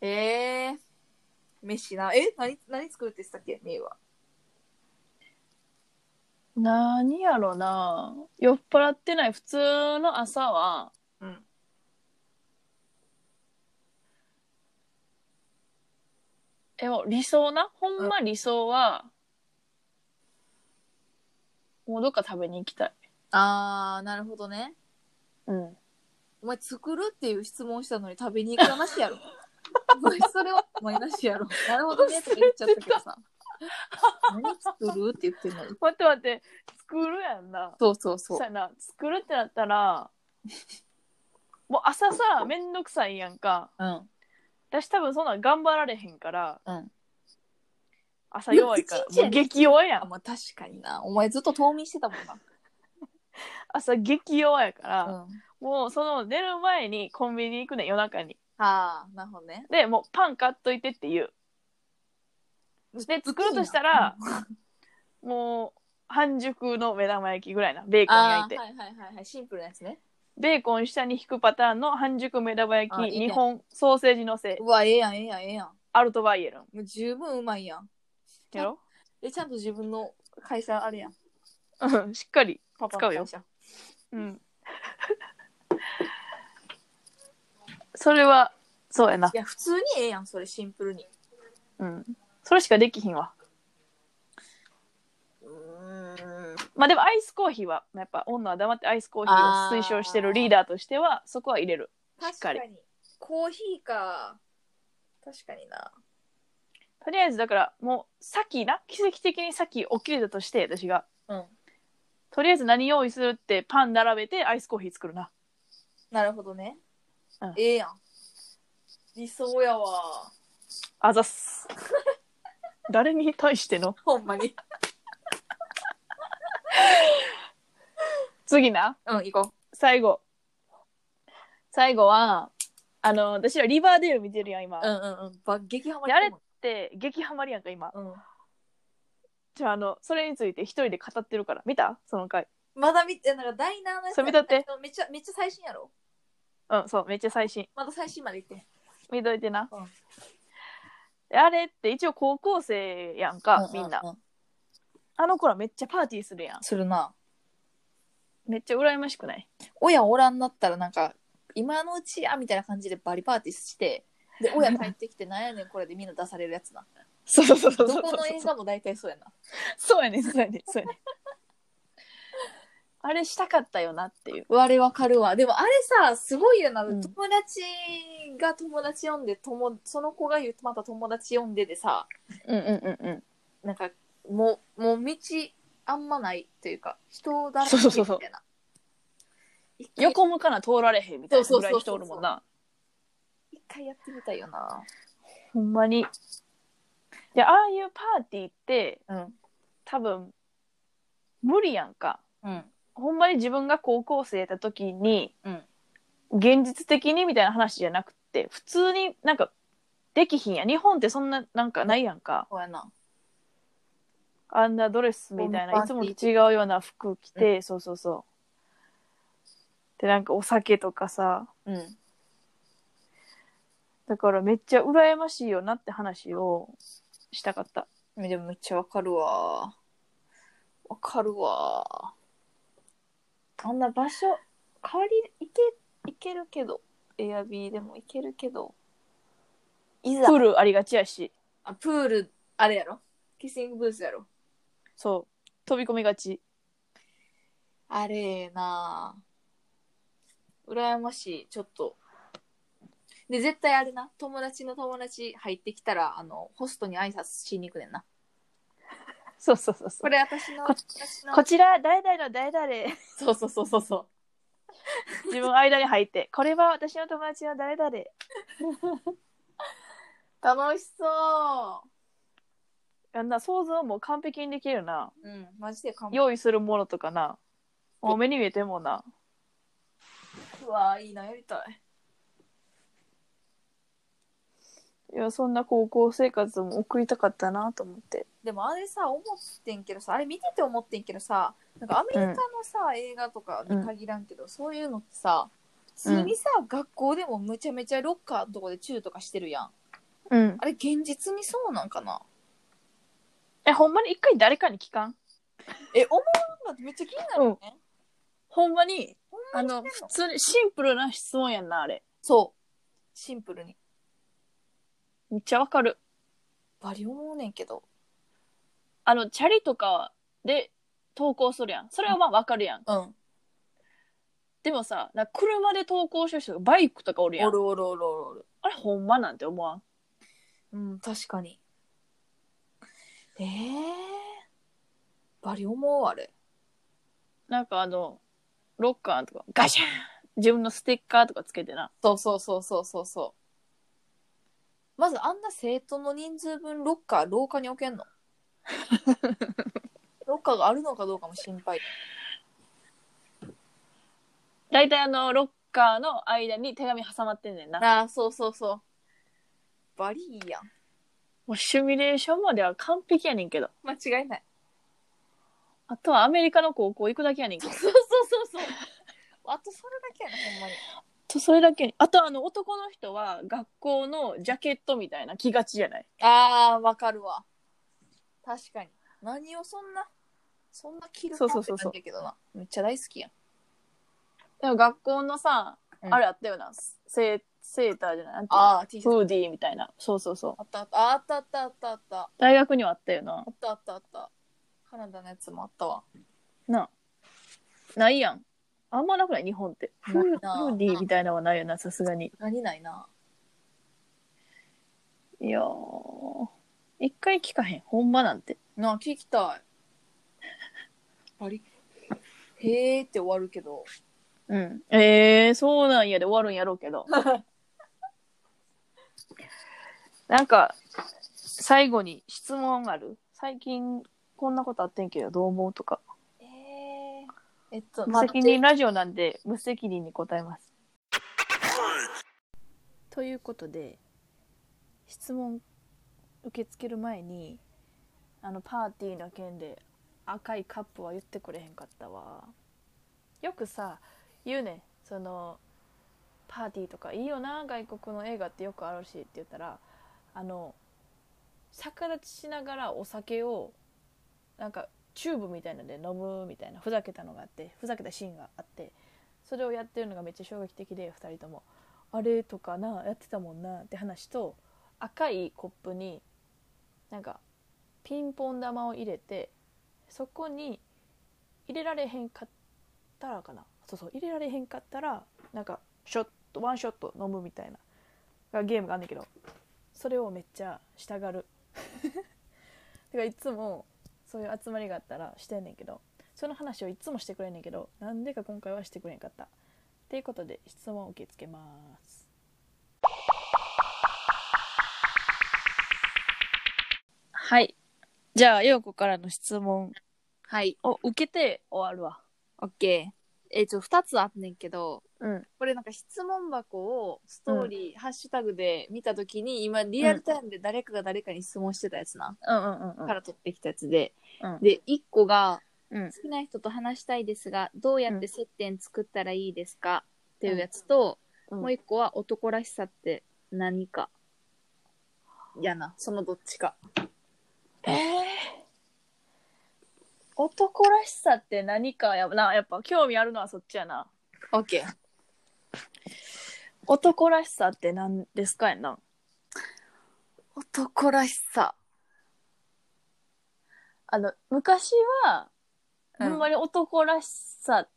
[SPEAKER 3] ええー、飯なえ何何作るって言ってたっけみーは
[SPEAKER 2] 何やろな酔っ払ってない普通の朝は
[SPEAKER 3] うん
[SPEAKER 2] えもう理想なほんま理想は、もうどっか食べに行きたい
[SPEAKER 3] あーなるほどね
[SPEAKER 2] うん
[SPEAKER 3] お前作るっていう質問したのに食べに行く話 やろお前それはお前なしやろなるほどねって言っちゃったけど さ何作るって言ってんのに
[SPEAKER 2] 待って待って作るやんな
[SPEAKER 3] そうそうそう
[SPEAKER 2] さな作るってなったら もう朝さめんどくさいやんか
[SPEAKER 3] うん
[SPEAKER 2] 私多分そんなん頑張られへんから、
[SPEAKER 3] うん
[SPEAKER 2] 朝弱いから
[SPEAKER 3] 一日や
[SPEAKER 2] もう
[SPEAKER 3] ね
[SPEAKER 2] 激弱や
[SPEAKER 3] あ
[SPEAKER 2] ん
[SPEAKER 3] まあ確かになお前ずっと冬眠してたもん
[SPEAKER 2] 朝激弱やから、
[SPEAKER 3] なうん
[SPEAKER 2] もうその寝る前にコンビニ行くねん夜中に
[SPEAKER 3] ああなるほどね
[SPEAKER 2] でもうパン買っといてって言うで作るとしたらもう半熟の目玉焼きぐらいなベーコン焼
[SPEAKER 3] あ
[SPEAKER 2] い
[SPEAKER 3] ー
[SPEAKER 2] て、
[SPEAKER 3] はいはいはいはいシンプルなやつね
[SPEAKER 2] ベーコン下に引くパターンの半熟目玉焼
[SPEAKER 3] あーい
[SPEAKER 2] き
[SPEAKER 3] いね
[SPEAKER 2] 日本ソーセージのせ
[SPEAKER 3] うわええやんええやんええやん
[SPEAKER 2] アルトバイエルン
[SPEAKER 3] もう十分うまいやん
[SPEAKER 2] やろ
[SPEAKER 3] えちゃんと自分の会社あれやん
[SPEAKER 2] うん しっかり
[SPEAKER 3] パパ
[SPEAKER 2] 使うよ
[SPEAKER 3] 会社、
[SPEAKER 2] うんそれはそうやない
[SPEAKER 3] や普通にええやんそれシンプルに
[SPEAKER 2] うん、それしかできひんわ
[SPEAKER 3] うーん
[SPEAKER 2] まあでもアイスコーヒーはやっぱ女は黙ってアイスコーヒーを推奨してるリーダーとしてはそこは入れるしっ
[SPEAKER 3] 確
[SPEAKER 2] か
[SPEAKER 3] か
[SPEAKER 2] り
[SPEAKER 3] にコーヒーか確かにな
[SPEAKER 2] とりあえずだからもうさっきな奇跡的にさっき起きれたとして私が
[SPEAKER 3] うん
[SPEAKER 2] とりあえず何用意するってパン並べてアイスコーヒー作るな
[SPEAKER 3] なるほどね、
[SPEAKER 2] うん
[SPEAKER 3] ええやん理想やわ
[SPEAKER 2] あざっ す誰に対しての
[SPEAKER 3] ほんまに
[SPEAKER 2] 次な。
[SPEAKER 3] うん、行こ
[SPEAKER 2] 最後。最後は、あの、私らリバーデール見てるやん、今。
[SPEAKER 3] う。うんうんうん。ば激ハマ
[SPEAKER 2] であれって、激ハマりやんか、今。
[SPEAKER 3] うん。
[SPEAKER 2] じゃあ、あの、それについて一人で語ってるから。見たその回。
[SPEAKER 3] まだ見て、なんか第7のやつ
[SPEAKER 2] それ見とって。
[SPEAKER 3] めっちゃ、めっちゃ最新やろ
[SPEAKER 2] うん、そう、めっちゃ最新。
[SPEAKER 3] まだ最新まで行って。
[SPEAKER 2] 見といてな。
[SPEAKER 3] うん
[SPEAKER 2] であれって一応高校生やんか、みんな。
[SPEAKER 3] ううう。
[SPEAKER 2] あの子らめっちゃパーティーするやん。
[SPEAKER 3] するな。
[SPEAKER 2] めっちゃ羨ましくない
[SPEAKER 3] 親おらんなったらなんか、今のうちやみたいな感じでバリパーティーして、で、親帰ってきて、なんやねんこれでみんな出されるやつな。
[SPEAKER 2] そうそうそうそう
[SPEAKER 3] ど
[SPEAKER 2] そう。
[SPEAKER 3] この映画も大体そうやな。
[SPEAKER 2] そうやねんそうやねんそうやねんあれしたかったよなっていう。
[SPEAKER 3] 我わかるわ。でもあれさ、すごいよな。
[SPEAKER 2] うん
[SPEAKER 3] 友達が友達呼んで、ともその子が言うまた友達呼んででさ、
[SPEAKER 2] うんうんうんうん。
[SPEAKER 3] なんか、もう、もう道あんまないというか、人だらけ
[SPEAKER 2] そうそ
[SPEAKER 3] みた
[SPEAKER 2] うそうそう
[SPEAKER 3] いな。一回
[SPEAKER 2] 横向かな通られへんみたいな
[SPEAKER 3] そう
[SPEAKER 2] ぐ
[SPEAKER 3] そうそ
[SPEAKER 2] ら
[SPEAKER 3] う
[SPEAKER 2] い人おるもんな。
[SPEAKER 3] 一回やってみたいよな。
[SPEAKER 2] ほんまに。で、ああいうパーティーって
[SPEAKER 3] うん。
[SPEAKER 2] 多分無理やんか。
[SPEAKER 3] うん。
[SPEAKER 2] ほんまに自分が高校生やった時に、
[SPEAKER 3] うん
[SPEAKER 2] 現実的にみたいな話じゃなくて、普通になんかできひんやん。日本ってそんななんかないやんか。
[SPEAKER 3] そうやな。
[SPEAKER 2] あんなドレスみたい
[SPEAKER 3] ホー
[SPEAKER 2] な、い
[SPEAKER 3] ム
[SPEAKER 2] つ
[SPEAKER 3] パー
[SPEAKER 2] も
[SPEAKER 3] ティー
[SPEAKER 2] と違うような服着て、そうそうそう。で、なんかお酒とかさ、
[SPEAKER 3] うん。
[SPEAKER 2] だからめっちゃ羨ましいよなって話をしたかった。
[SPEAKER 3] でもめっちゃわかるわ。わかるわ。あんな場所、代わり、行け、行けるけど、エアビーでも行けるけど、い
[SPEAKER 2] プールありがちやし、
[SPEAKER 3] あ、プール、あれやろキッシングブースやろ
[SPEAKER 2] そう、飛び込みがち。
[SPEAKER 3] あれえな羨ましい、ちょっと。で、絶対あれな、友達の友達入ってきたら、あの、ホストに挨拶しに行くねんな。
[SPEAKER 2] そうそうそうそ
[SPEAKER 3] こ
[SPEAKER 2] う。
[SPEAKER 3] れ私の、
[SPEAKER 2] こ
[SPEAKER 3] 私の
[SPEAKER 2] こ、ちら、誰々の誰々、
[SPEAKER 3] そうそうそうそうそう。
[SPEAKER 2] 自分間に入って、これは私の友達の誰々。
[SPEAKER 3] 楽しそ
[SPEAKER 2] あんな想像もう完璧にできるな。
[SPEAKER 3] う。うん、マジで完璧。
[SPEAKER 2] 用意するものとかな。もう目に見えてんもんな。
[SPEAKER 3] うわいいな、やりたい。
[SPEAKER 2] いや、そんな高校生活も送りたかったなと思って。
[SPEAKER 3] でもあれさ、思ってんけどさ、あれ見てて思ってんけどさ、なんかアメリカのさ、映画とかに限らんけど、そういうのってさ、普通にさ、学校でもむちゃめちゃロッカーのとこでチューとかしてるやん。
[SPEAKER 2] うん。
[SPEAKER 3] あれ、現実にそうなんかな
[SPEAKER 2] え、ほんまに一回誰かに聞かん
[SPEAKER 3] え、思うんだってめっちゃ気になるよね。
[SPEAKER 2] ほんまに、
[SPEAKER 3] ほ
[SPEAKER 2] あ
[SPEAKER 3] んま
[SPEAKER 2] の、
[SPEAKER 3] に
[SPEAKER 2] 普通にシンプルな質問やんな、あれ。
[SPEAKER 3] そう。シンプルに。
[SPEAKER 2] めっちゃわかる。
[SPEAKER 3] バリ思うねんけど。
[SPEAKER 2] あの、チャリとかで投稿するやん。それはまあわかるやん。
[SPEAKER 3] うん。
[SPEAKER 2] でもさ、なんか車で投稿してる人がバイクとかおるや
[SPEAKER 3] お
[SPEAKER 2] ん。
[SPEAKER 3] るおるおるおるおる。
[SPEAKER 2] あれほんまなんて思わん。
[SPEAKER 3] うん、確かに。ええバリ思うあれ。
[SPEAKER 2] なんかあの、ロッカーとかガシャン自分のステッカーとかつけてな。
[SPEAKER 3] そうそうそうそうそうそう。まずあんな生徒の人数分ロッカー、廊下に置 けんのロッカーがあるのかどうかも心配。
[SPEAKER 2] 大体あの、ロッカーの間に手紙挟まってんねんな。も
[SPEAKER 3] ああ、そうそうそう。バリいいやん。
[SPEAKER 2] うシミュレーションまでは完璧やねんけど。
[SPEAKER 3] 間違いない。
[SPEAKER 2] あとはアメリカの高校行くだけやねんけど。
[SPEAKER 3] そうそうそうそう。あとそれだけやな、ほんまに。
[SPEAKER 2] と、それだけに。あとあの、男の人は学校のジャケットみたいな着がちじゃない
[SPEAKER 3] ああ、わかるわ。確かに。何をそんな、そんな着る
[SPEAKER 2] そうそうそうそう
[SPEAKER 3] だけどな。めっちゃ大好きやん。
[SPEAKER 2] でも学校のさ、
[SPEAKER 3] うん
[SPEAKER 2] あれあったよな。セセーターじゃないなんていうの
[SPEAKER 3] ああ、T シャツ。
[SPEAKER 2] フーディーみたいな。そうそうそう。
[SPEAKER 3] あったあったあったあったあったあった。
[SPEAKER 2] 大学にはあったよな
[SPEAKER 3] あ。ったあったあった。カナダのやつもあったわ。
[SPEAKER 2] なあないやん。あんまなくない日本って。フ
[SPEAKER 3] ない
[SPEAKER 2] ー
[SPEAKER 3] な
[SPEAKER 2] フーディーみたいなのはないよな、さすがに。
[SPEAKER 3] 何ないな。
[SPEAKER 2] いやー。一回聞かへん。ほんまなんて。
[SPEAKER 3] なあ、聞きたい。バリ。へーって終わるけど。
[SPEAKER 2] うん。えー、そうなんやで終わるんやろうけど。 なんか、最後に質問ある最近こんなことあってんけど、どう思うとか。
[SPEAKER 3] えー、えっと、
[SPEAKER 2] 無責任ラジオなんで無責任に答えます
[SPEAKER 1] ということで質問受け付ける前にあのパーティーの件で赤いカップは言ってくれへんかったわよくさ言うねんそのパーティーとかいいよな外国の映画ってよくあるしって言ったらあの逆立ちしながらお酒をなんかチューブみたいなので飲むみたいなふざけたのがあってふざけたシーンがあってそれをやってるのがめっちゃ衝撃的で2人ともあれとかなやってたもんなって話と赤いコップになんかピンポン玉を入れてそこに入れられへんかったらかなそうそう入れられへんかったらなんかショットワンショット飲むみたいながゲームがあんねんけどそれをめっちゃしたが るだからいつもそういう集まりがあったらしてんねんけどその話をいつもしてくれんねんけどなんでか今回はしてくれんかったということで質問を受け付けます
[SPEAKER 2] はいじゃあ陽子からの質問
[SPEAKER 3] はい、
[SPEAKER 2] を受けて終わるわ
[SPEAKER 3] オッケー。えー、ちょ、二つあんねんけど、
[SPEAKER 2] うん
[SPEAKER 3] これなんか質問箱をストーリー、ハッシュタグで見たときに、今リアルタイムで誰かが誰かに質問してたやつな。
[SPEAKER 2] うんうんうん
[SPEAKER 3] から取ってきたやつで。
[SPEAKER 2] うん
[SPEAKER 3] で、一個が、
[SPEAKER 2] うん
[SPEAKER 3] 好きな人と話したいですが、どうやって接点作ったらいいですか、っていうやつと、
[SPEAKER 2] うん
[SPEAKER 3] もう一個は男らしさって何か。やな、そのどっちか。
[SPEAKER 2] ええ男らしさって何かやなやっぱ興味あるのはそっちやな
[SPEAKER 3] オッケー。
[SPEAKER 2] 男らしさって何ですかやな
[SPEAKER 3] 男らしさ。
[SPEAKER 2] あの昔は、
[SPEAKER 3] うん
[SPEAKER 2] ほんまに男らしさっ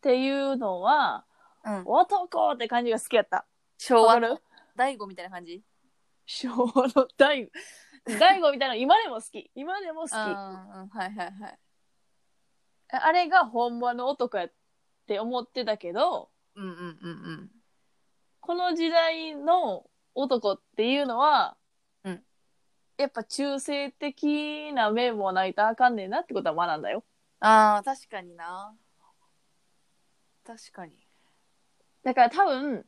[SPEAKER 2] ていうのは
[SPEAKER 3] うん。
[SPEAKER 2] 男って感じが好きやった
[SPEAKER 3] 昭
[SPEAKER 2] わ
[SPEAKER 3] 和
[SPEAKER 2] か
[SPEAKER 3] の
[SPEAKER 2] る
[SPEAKER 3] 大悟みたいな感じ
[SPEAKER 2] 昭和の大悟大悟みたいなの今でも好き今でも好きあ
[SPEAKER 3] あーうんはいはいはい。
[SPEAKER 2] れが本場の男やって思ってたけど
[SPEAKER 3] うんうんうん
[SPEAKER 2] この時代の男っていうのは、
[SPEAKER 3] うん
[SPEAKER 2] やっぱ中性的な面もないとあかんねんなってことは学んだよ
[SPEAKER 3] うん。ああ、確かにな。確かに。
[SPEAKER 2] だから多分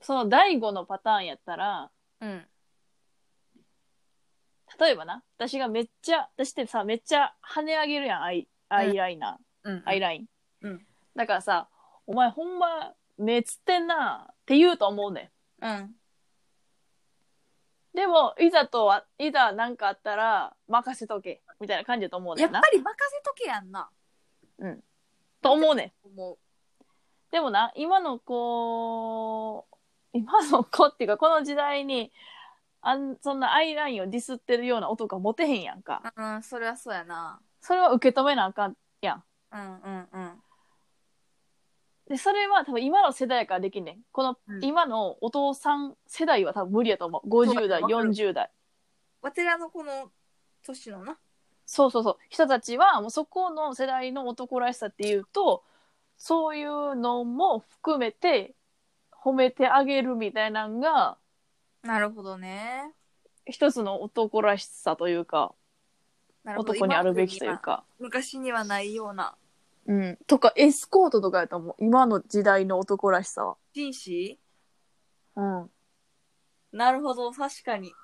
[SPEAKER 2] その大悟のパターンやったら
[SPEAKER 3] うん。
[SPEAKER 2] 例えばな私がめっちゃ私ってさめっちゃ跳ね上げるやんアイアイライナー、
[SPEAKER 3] うん
[SPEAKER 2] アイライン、
[SPEAKER 3] うん
[SPEAKER 2] だからさお前ほんま目つってんなって言うと思うねん
[SPEAKER 3] うん。
[SPEAKER 2] でもいざとはいざなんかあったら任せとけみたいな感じだと思うね
[SPEAKER 3] やっ
[SPEAKER 2] ん
[SPEAKER 3] ぱ
[SPEAKER 2] な
[SPEAKER 3] り任せとけやんな。
[SPEAKER 2] と思うねん
[SPEAKER 3] 思う。
[SPEAKER 2] でもな今の子今の子っていうかこの時代にあんそんなアイラインをディスってるような男はモテへんやんか
[SPEAKER 3] うん、それはそうやな。
[SPEAKER 2] それは受け止めなあかんやん
[SPEAKER 3] うんうんうん。
[SPEAKER 2] でそれは多分今の世代やからできんねんこの、
[SPEAKER 3] うん
[SPEAKER 2] 今のお父さん世代は多分無理やと思う50代
[SPEAKER 3] そうだね
[SPEAKER 2] 40代
[SPEAKER 3] わてらのこの年のな。
[SPEAKER 2] そうそうそう人たちはもうそこの世代の男らしさっていうとそういうのも含めて褒めてあげるみたいなのが
[SPEAKER 3] なるほどね。
[SPEAKER 2] 一つの男らしさというか
[SPEAKER 3] なるほど
[SPEAKER 2] 男にあるべきという。か、
[SPEAKER 3] 今昔にはないような。
[SPEAKER 2] うん、とかエスコートとかやと思う今の時代の男らしさは、
[SPEAKER 3] 紳士
[SPEAKER 2] うん、
[SPEAKER 3] なるほど、確かに。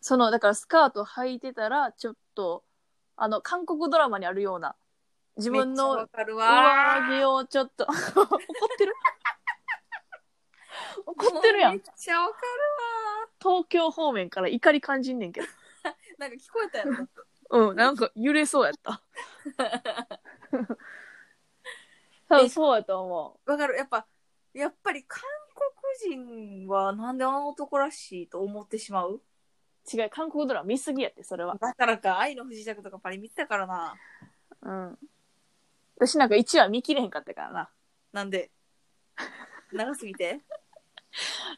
[SPEAKER 2] そのだからスカート履いてたらちょっとあの韓国ドラマにあるような自分
[SPEAKER 3] めっちゃわ
[SPEAKER 2] の
[SPEAKER 3] かるわ
[SPEAKER 2] 上着をちょっと 怒って る怒ってるや
[SPEAKER 3] め
[SPEAKER 2] ん
[SPEAKER 3] っちゃわか
[SPEAKER 2] 東京方面から怒り感じんねんけど
[SPEAKER 3] る。なんか聞こえたやろ。
[SPEAKER 2] うんなんか揺れそうやった多分そうやと思う
[SPEAKER 3] わかる。やっぱ、やっぱり韓国人はなんであの男らしいと思ってしまう
[SPEAKER 2] 違う韓国ドラマ見すぎやってそれは、
[SPEAKER 3] だからか、愛の不時着とかパリ見てたからな。
[SPEAKER 2] うん、私なんか1話見切れへんかったからな
[SPEAKER 3] なんで。長すぎて。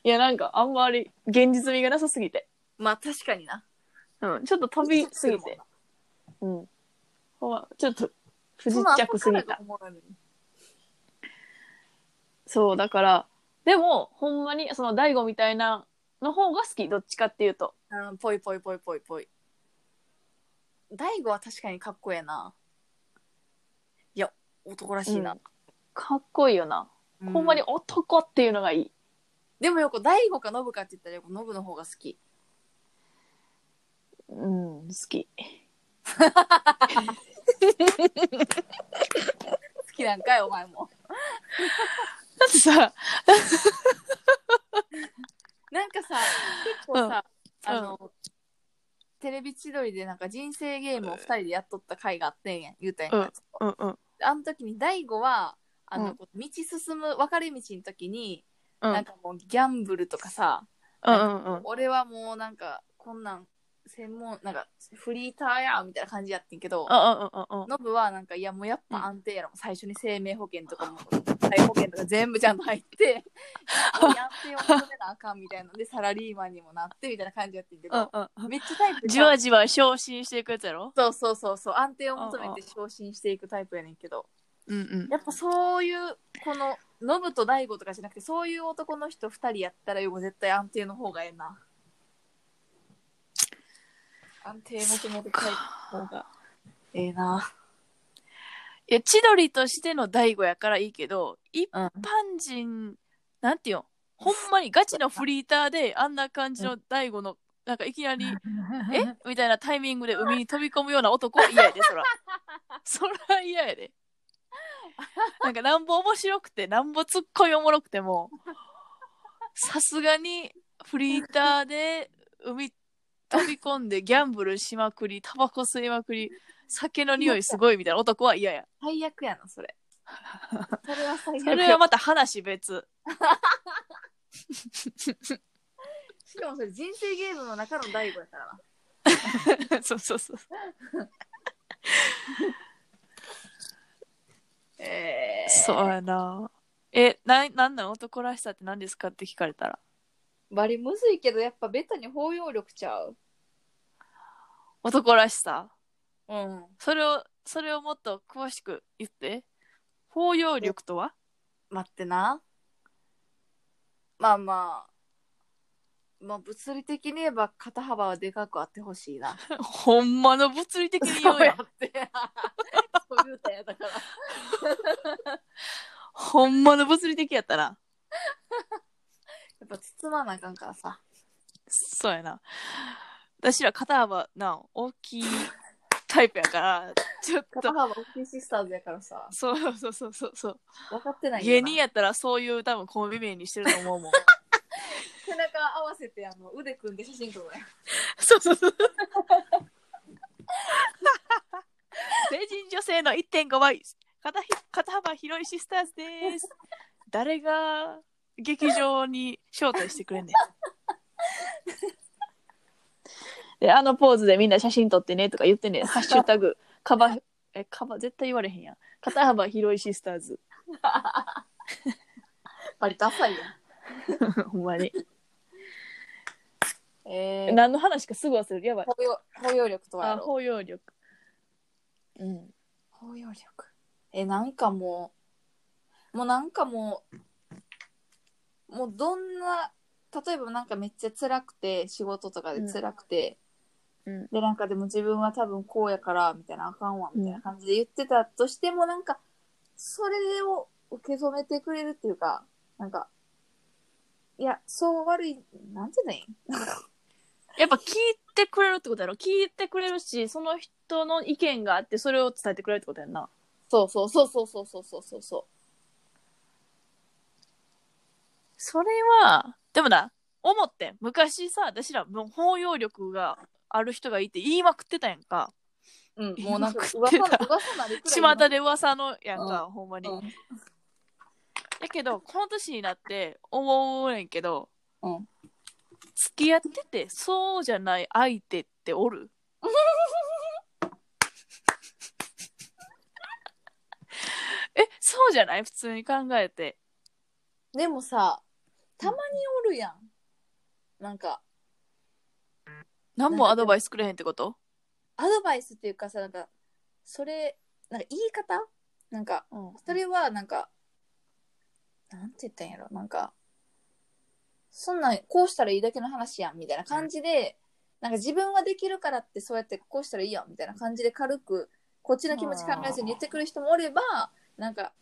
[SPEAKER 2] いやなんかあんまり現実味がなさすぎて、
[SPEAKER 3] まあ確かにな。
[SPEAKER 2] うん、ちょっと飛びすぎて、うん、ほんまちょっと不
[SPEAKER 3] そ
[SPEAKER 2] 時
[SPEAKER 3] の
[SPEAKER 2] 着すぎた
[SPEAKER 3] 後からがおもろいのに
[SPEAKER 2] そうだからでもほんまにその大悟みたいなの方が好きどっちかっていうと
[SPEAKER 3] うん、ぽいぽいぽいぽいぽい。大悟は確かにかっこええな。男らしいな。
[SPEAKER 2] うんかっこいいよな、
[SPEAKER 3] う
[SPEAKER 2] ほんまに。男っていうのがいい
[SPEAKER 3] でもよく、大悟かノブかって言ったらよくノブの方が好き。
[SPEAKER 2] うん好き
[SPEAKER 3] 好きなんかい、お前も。
[SPEAKER 2] だってさ
[SPEAKER 3] なんかさ、結構さ、あの、テレビ千鳥でなんか人生ゲームを二人でやっとった回があってんやん、言うたやんか。
[SPEAKER 2] うんうん
[SPEAKER 3] あの時に大悟は、あの、
[SPEAKER 2] うん
[SPEAKER 3] こう道進む、分かれ道の時に、
[SPEAKER 2] うん
[SPEAKER 3] なんかもうギャンブルとかさ、
[SPEAKER 2] うんうん
[SPEAKER 3] 俺はもうなんか、こんなん、専門、なんか、フリーターやみたいな感じやってんけど、
[SPEAKER 2] うんうん
[SPEAKER 3] ノブはなんか、いやもうやっぱ安定やろ、最初に生命保険とかも、体保険とか全部ちゃんと 入って、もう安定を求めなあかんみたいなで、サラリーマンにもなってみたいな感じやってんけど、
[SPEAKER 2] うんうん
[SPEAKER 3] めっちゃタイプ
[SPEAKER 2] じわじわ昇進していくやつやろ
[SPEAKER 3] そうそうそうそう、安定を求めて昇進していくタイプやねんけど、
[SPEAKER 2] うんうん
[SPEAKER 3] やっぱそういう、この、ノブと大悟とかじゃなくて、そういう男の人二人やったら、よ絶対安定の方がええな。安定求めてたい方がええな。
[SPEAKER 2] いや千鳥としての大悟やからいいけど一
[SPEAKER 3] うん。
[SPEAKER 2] 般人なんていうんほんまにガチのフリーターであんな感じの大悟のなんかいきなり「えみたいなタイミングで海に飛び込むような男は嫌やでそらそら嫌やでなんかなんぼ面白くてなんぼツッコミおもろくてもさすがにフリーターで海飛び込んでギャンブルしまくりタバコ吸いまくり酒の匂いすごいみたいな男は嫌や
[SPEAKER 3] 最悪やな、それ。それは最悪。
[SPEAKER 2] それはまた話別
[SPEAKER 3] しかもそれ人生ゲームの中の大悟やからな。
[SPEAKER 2] そうそうそう
[SPEAKER 3] ええ
[SPEAKER 2] そうやなえななんなん男らしさって何ですかって聞かれたら
[SPEAKER 3] バリむずいけど、やっぱベタに包容力ちゃう。
[SPEAKER 2] 男らしさ
[SPEAKER 3] うん。
[SPEAKER 2] それをそれをもっと詳しく言って包容力とは
[SPEAKER 3] 待ってなまあまあまあ物理的に言えば肩幅はでかくあってほしいな
[SPEAKER 2] ほんまの物理的に言うやん
[SPEAKER 3] ってそう言うたんやだから
[SPEAKER 2] ほんまの物理的やったな
[SPEAKER 3] やっぱ包まなあかんからさ
[SPEAKER 2] そうやな私ら肩幅な大きいタイプやからちょっと
[SPEAKER 3] 肩幅大きいシスターズやからさ
[SPEAKER 2] そうそうそうそうそう
[SPEAKER 3] 分かってないよ
[SPEAKER 2] 芸
[SPEAKER 3] な
[SPEAKER 2] 人やったらそういう多分コンビ名にしてると思うもん
[SPEAKER 3] 背中合わせてあの腕組んで写真撮るね
[SPEAKER 2] そうそうそう成人女性の1.5倍肩ひ肩幅広いシスターズです誰が劇場に招待してくれんねんであのポーズでみんな写真撮ってねとか言って ね「ハッシュタグカバえカバ絶対言われへんやん肩幅広いシスターズ」
[SPEAKER 3] バリダサいや
[SPEAKER 2] ほんまに。
[SPEAKER 3] んえー、
[SPEAKER 2] 何の話かすぐ忘れる。やばい。
[SPEAKER 3] 包容包容力とはや
[SPEAKER 2] あ、
[SPEAKER 3] ろ
[SPEAKER 2] 包容力。
[SPEAKER 3] うん包容力えなんかもうもうなんかもうもうどんな例えばなんかめっちゃ辛くて仕事とかで辛くて、
[SPEAKER 2] うん
[SPEAKER 3] でなんかでも自分は多分こうやからみたいなあかんわみたいな感じで言ってたとしても、なんかそれを受け止めてくれるっていうかなんかいやそう悪いなんて言うんだ
[SPEAKER 2] やっぱ聞いてくれるってことやろ。聞いてくれるし、その人の意見があって、それを伝えてくれるってことやんな。
[SPEAKER 3] そうそうそうそうそうそうそうそうそ
[SPEAKER 2] それは、でもな、思ってん昔さ、私らもう包容力がある人がいて言いまくってたやんか。
[SPEAKER 3] う、うん、もうなんか
[SPEAKER 2] 今食っ
[SPEAKER 3] 噂
[SPEAKER 2] て
[SPEAKER 3] の
[SPEAKER 2] た
[SPEAKER 3] 噂なりくらいの
[SPEAKER 2] 巷で噂のやんか、ほんまに。
[SPEAKER 3] うん
[SPEAKER 2] やけど、この年になって思うねんけど、
[SPEAKER 3] うん
[SPEAKER 2] 付き合ってて、そうじゃない相手っておるえ、そうじゃない普通に考えて。
[SPEAKER 3] でもさ、たまにおるやん。なんか、
[SPEAKER 2] 何もアドバイスくれへんってこと
[SPEAKER 3] アドバイスっていうかさ、なんか、それ、なんか言い方なんか、
[SPEAKER 2] うん
[SPEAKER 3] それはなんか、なんて言ったんやろなんか、そんなん、こうしたらいいだけの話やん、みたいな感じで、なんか自分はできるからってそうやってこうしたらいいやん、みたいな感じで軽く、こっちの気持ち考えずに言ってくる人もおれば、なんか、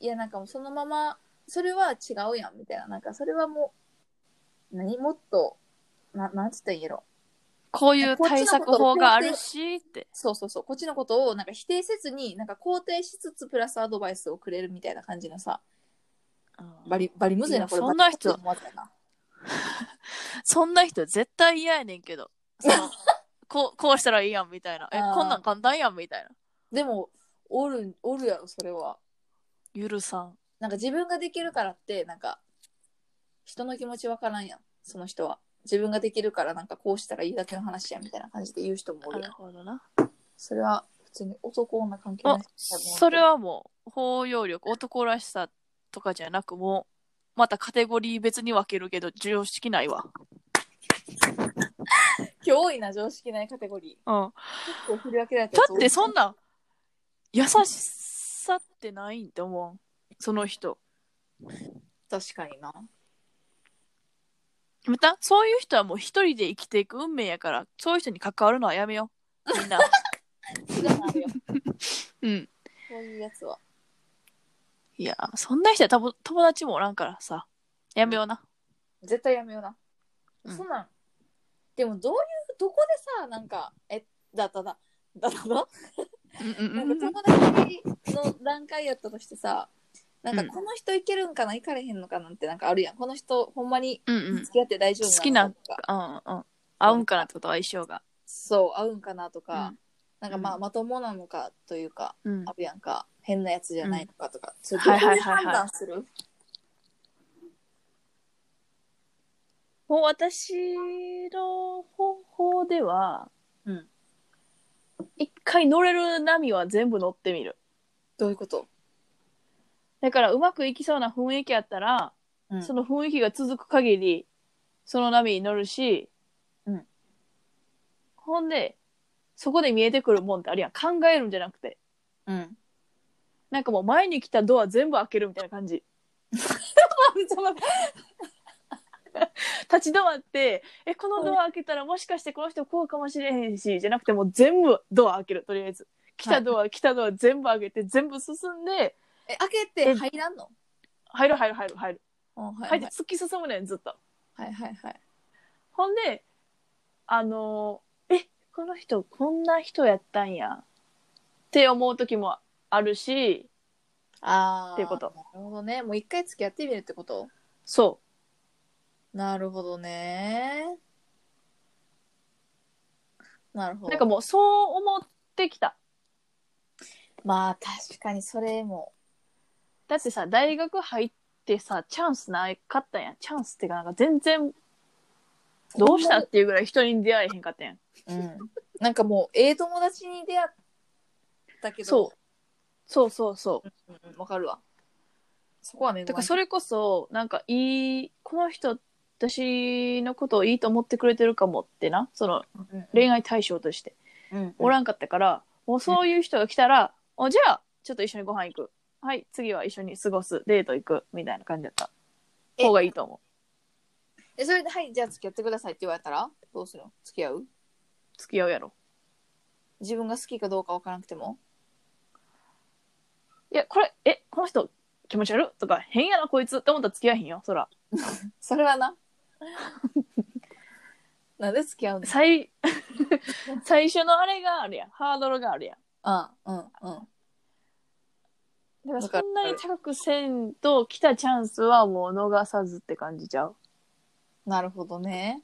[SPEAKER 3] いや、なんかもうそのまま、それは違うやん、みたいな。なんか、それはもう、何もっと、ななんつったらいいんやろ。
[SPEAKER 4] こういう対策法があるしって。
[SPEAKER 3] そうそうそう。こっちのことを、なんか否定せずに、なんか肯定しつつ、プラスアドバイスをくれるみたいな感じのさ、バリ、バリむずい
[SPEAKER 4] い
[SPEAKER 3] な、
[SPEAKER 4] や
[SPEAKER 3] これ。
[SPEAKER 4] そんな人
[SPEAKER 3] バリむずいな思われたな
[SPEAKER 4] そんな人絶対嫌やねんけど。 そのこうこうしたらいいやんみたいな。え
[SPEAKER 3] あー、
[SPEAKER 4] こんなん簡単やんみたい
[SPEAKER 3] でも、おる、おるやろ、それは。
[SPEAKER 4] な。許さん。
[SPEAKER 3] なんか自分ができるからって、なんか、人の気持ちわからんやん、その人は。自分ができるから、なんかこうしたらいいだけの話や、みたいな感じで言う人もお
[SPEAKER 4] な
[SPEAKER 3] るや
[SPEAKER 4] る
[SPEAKER 3] ん。
[SPEAKER 4] ほどな。
[SPEAKER 3] それは、普通に男女関係な
[SPEAKER 4] あ
[SPEAKER 3] い
[SPEAKER 4] それ、はもう、包容力、男らしさとかじゃなく、もう、またカテゴリー別に分けるけど、常識ないわ。
[SPEAKER 3] 脅威な常識ないカテゴリ
[SPEAKER 4] うん。
[SPEAKER 3] ー。結構振り分けられた
[SPEAKER 4] だ
[SPEAKER 3] やつ多い
[SPEAKER 4] ってそんな、優しさってないんって思う。その人。
[SPEAKER 3] 確かにな。
[SPEAKER 4] また、そういう人はもう一人で生きていく運命やから、そういう人に関わるのはやめよう。みんな。
[SPEAKER 3] 違うのある よ。
[SPEAKER 4] うん。
[SPEAKER 3] そういうやつは。
[SPEAKER 4] いや、そんな人は多分友達もおらんからさ。やめような。
[SPEAKER 3] 絶対やめような。
[SPEAKER 4] うん
[SPEAKER 3] そんなん。でも、どういう、どこでさ、なんか、え、だだだ、だだだ
[SPEAKER 4] うんうん
[SPEAKER 3] な
[SPEAKER 4] うん
[SPEAKER 3] ん
[SPEAKER 4] うん
[SPEAKER 3] か友達の段階やったとしてさ、なんか
[SPEAKER 4] うん
[SPEAKER 3] この人いけるんかな、いかれへんのかなってなんかあるやん。この人ほんまに
[SPEAKER 4] うんうん。
[SPEAKER 3] 付き合って大丈夫
[SPEAKER 4] 好きな
[SPEAKER 3] のかとか、
[SPEAKER 4] うんうん。合うんかなってことは相性が。
[SPEAKER 3] そう、合うんかなとか、
[SPEAKER 4] うん
[SPEAKER 3] なんかまあまともなのかというか、
[SPEAKER 4] うん
[SPEAKER 3] あ。るやんか、変なやつじゃないのかとか、それど
[SPEAKER 4] は
[SPEAKER 3] う
[SPEAKER 4] いはいいうはいはい
[SPEAKER 3] 判断する
[SPEAKER 2] もう私の方法では、
[SPEAKER 3] うん
[SPEAKER 2] 一回乗れる波は全部乗ってみる。
[SPEAKER 3] どういうこと
[SPEAKER 2] だからうまくいきそうな雰囲気やったら、
[SPEAKER 3] うん
[SPEAKER 2] その雰囲気が続く限り、その波に乗るし、
[SPEAKER 3] うん
[SPEAKER 2] ほんで、そこで見えてくるもんってあるやん。考えるんじゃなくて。
[SPEAKER 3] うん。なん
[SPEAKER 2] なんかもう前に来たドア全部開けるみたいな感じ。立ち止まって、え、このドア開けたらもしかしてこの人こうかもしれへんし、じゃなくてもう全部ドア開ける、とりあえず。来たドア、来たドア全部開けて、全部進んで、
[SPEAKER 3] え、開けて入らんの
[SPEAKER 2] 入る入る入る入る。
[SPEAKER 3] うんはいは
[SPEAKER 2] 入っ
[SPEAKER 3] い
[SPEAKER 2] て突き進むねん、ずっと。
[SPEAKER 3] はいはいはい。
[SPEAKER 2] ほんで、あのーえ、この人こんな人やったんや。って思う時もあるし、
[SPEAKER 3] ああ。
[SPEAKER 2] っていうこと
[SPEAKER 3] なるほどね。もう一回付き合ってみるってこと
[SPEAKER 2] そ
[SPEAKER 3] なるほどね。なるほ
[SPEAKER 2] う。
[SPEAKER 3] ど。
[SPEAKER 2] なんかもうそう思ってきた。
[SPEAKER 3] まあ確かにそれも。
[SPEAKER 2] だってさ、大学入ってさ、チャンスなかったやん。チャンスってか、なんか全然、どうしたっていうぐらい人に出会えへんかったやん。
[SPEAKER 3] うん。なんかもう、ええ友達に出会ったけど、
[SPEAKER 2] そう。そうそうそう。
[SPEAKER 3] うん。わかるわ。そこはね、
[SPEAKER 2] だからそれこそ、なんかいい、この人、私のことをいいと思ってくれてるかもってな、その恋愛対象として。
[SPEAKER 3] うん、
[SPEAKER 2] おらんかったから、もうそういう人が来たら、おじゃあ、ちょっと一緒にご飯行く。はい、次は一緒に過ごす。デート行く。みたいな感じだった。
[SPEAKER 3] え
[SPEAKER 2] 方がいいと思う。
[SPEAKER 3] え、それで、はい、じゃあ付き合ってくださいって言われたら、どうするの付き合う
[SPEAKER 2] 付き合うやろ。
[SPEAKER 3] 自分が好きかどうかわからなくても
[SPEAKER 2] いや、これ、え、この人気持ち悪いとか、変やな、こいつって思ったら付き合えへんよ、そら。
[SPEAKER 3] それ はな。なんで付き合うの
[SPEAKER 2] 最、最初のあれがあるやん。ハードルがあるやん。
[SPEAKER 3] あうん、うん。
[SPEAKER 2] だか
[SPEAKER 3] わからる
[SPEAKER 2] そんなに高くせんと来たチャンスはもう逃さずって感じちゃう。
[SPEAKER 3] なるほどね。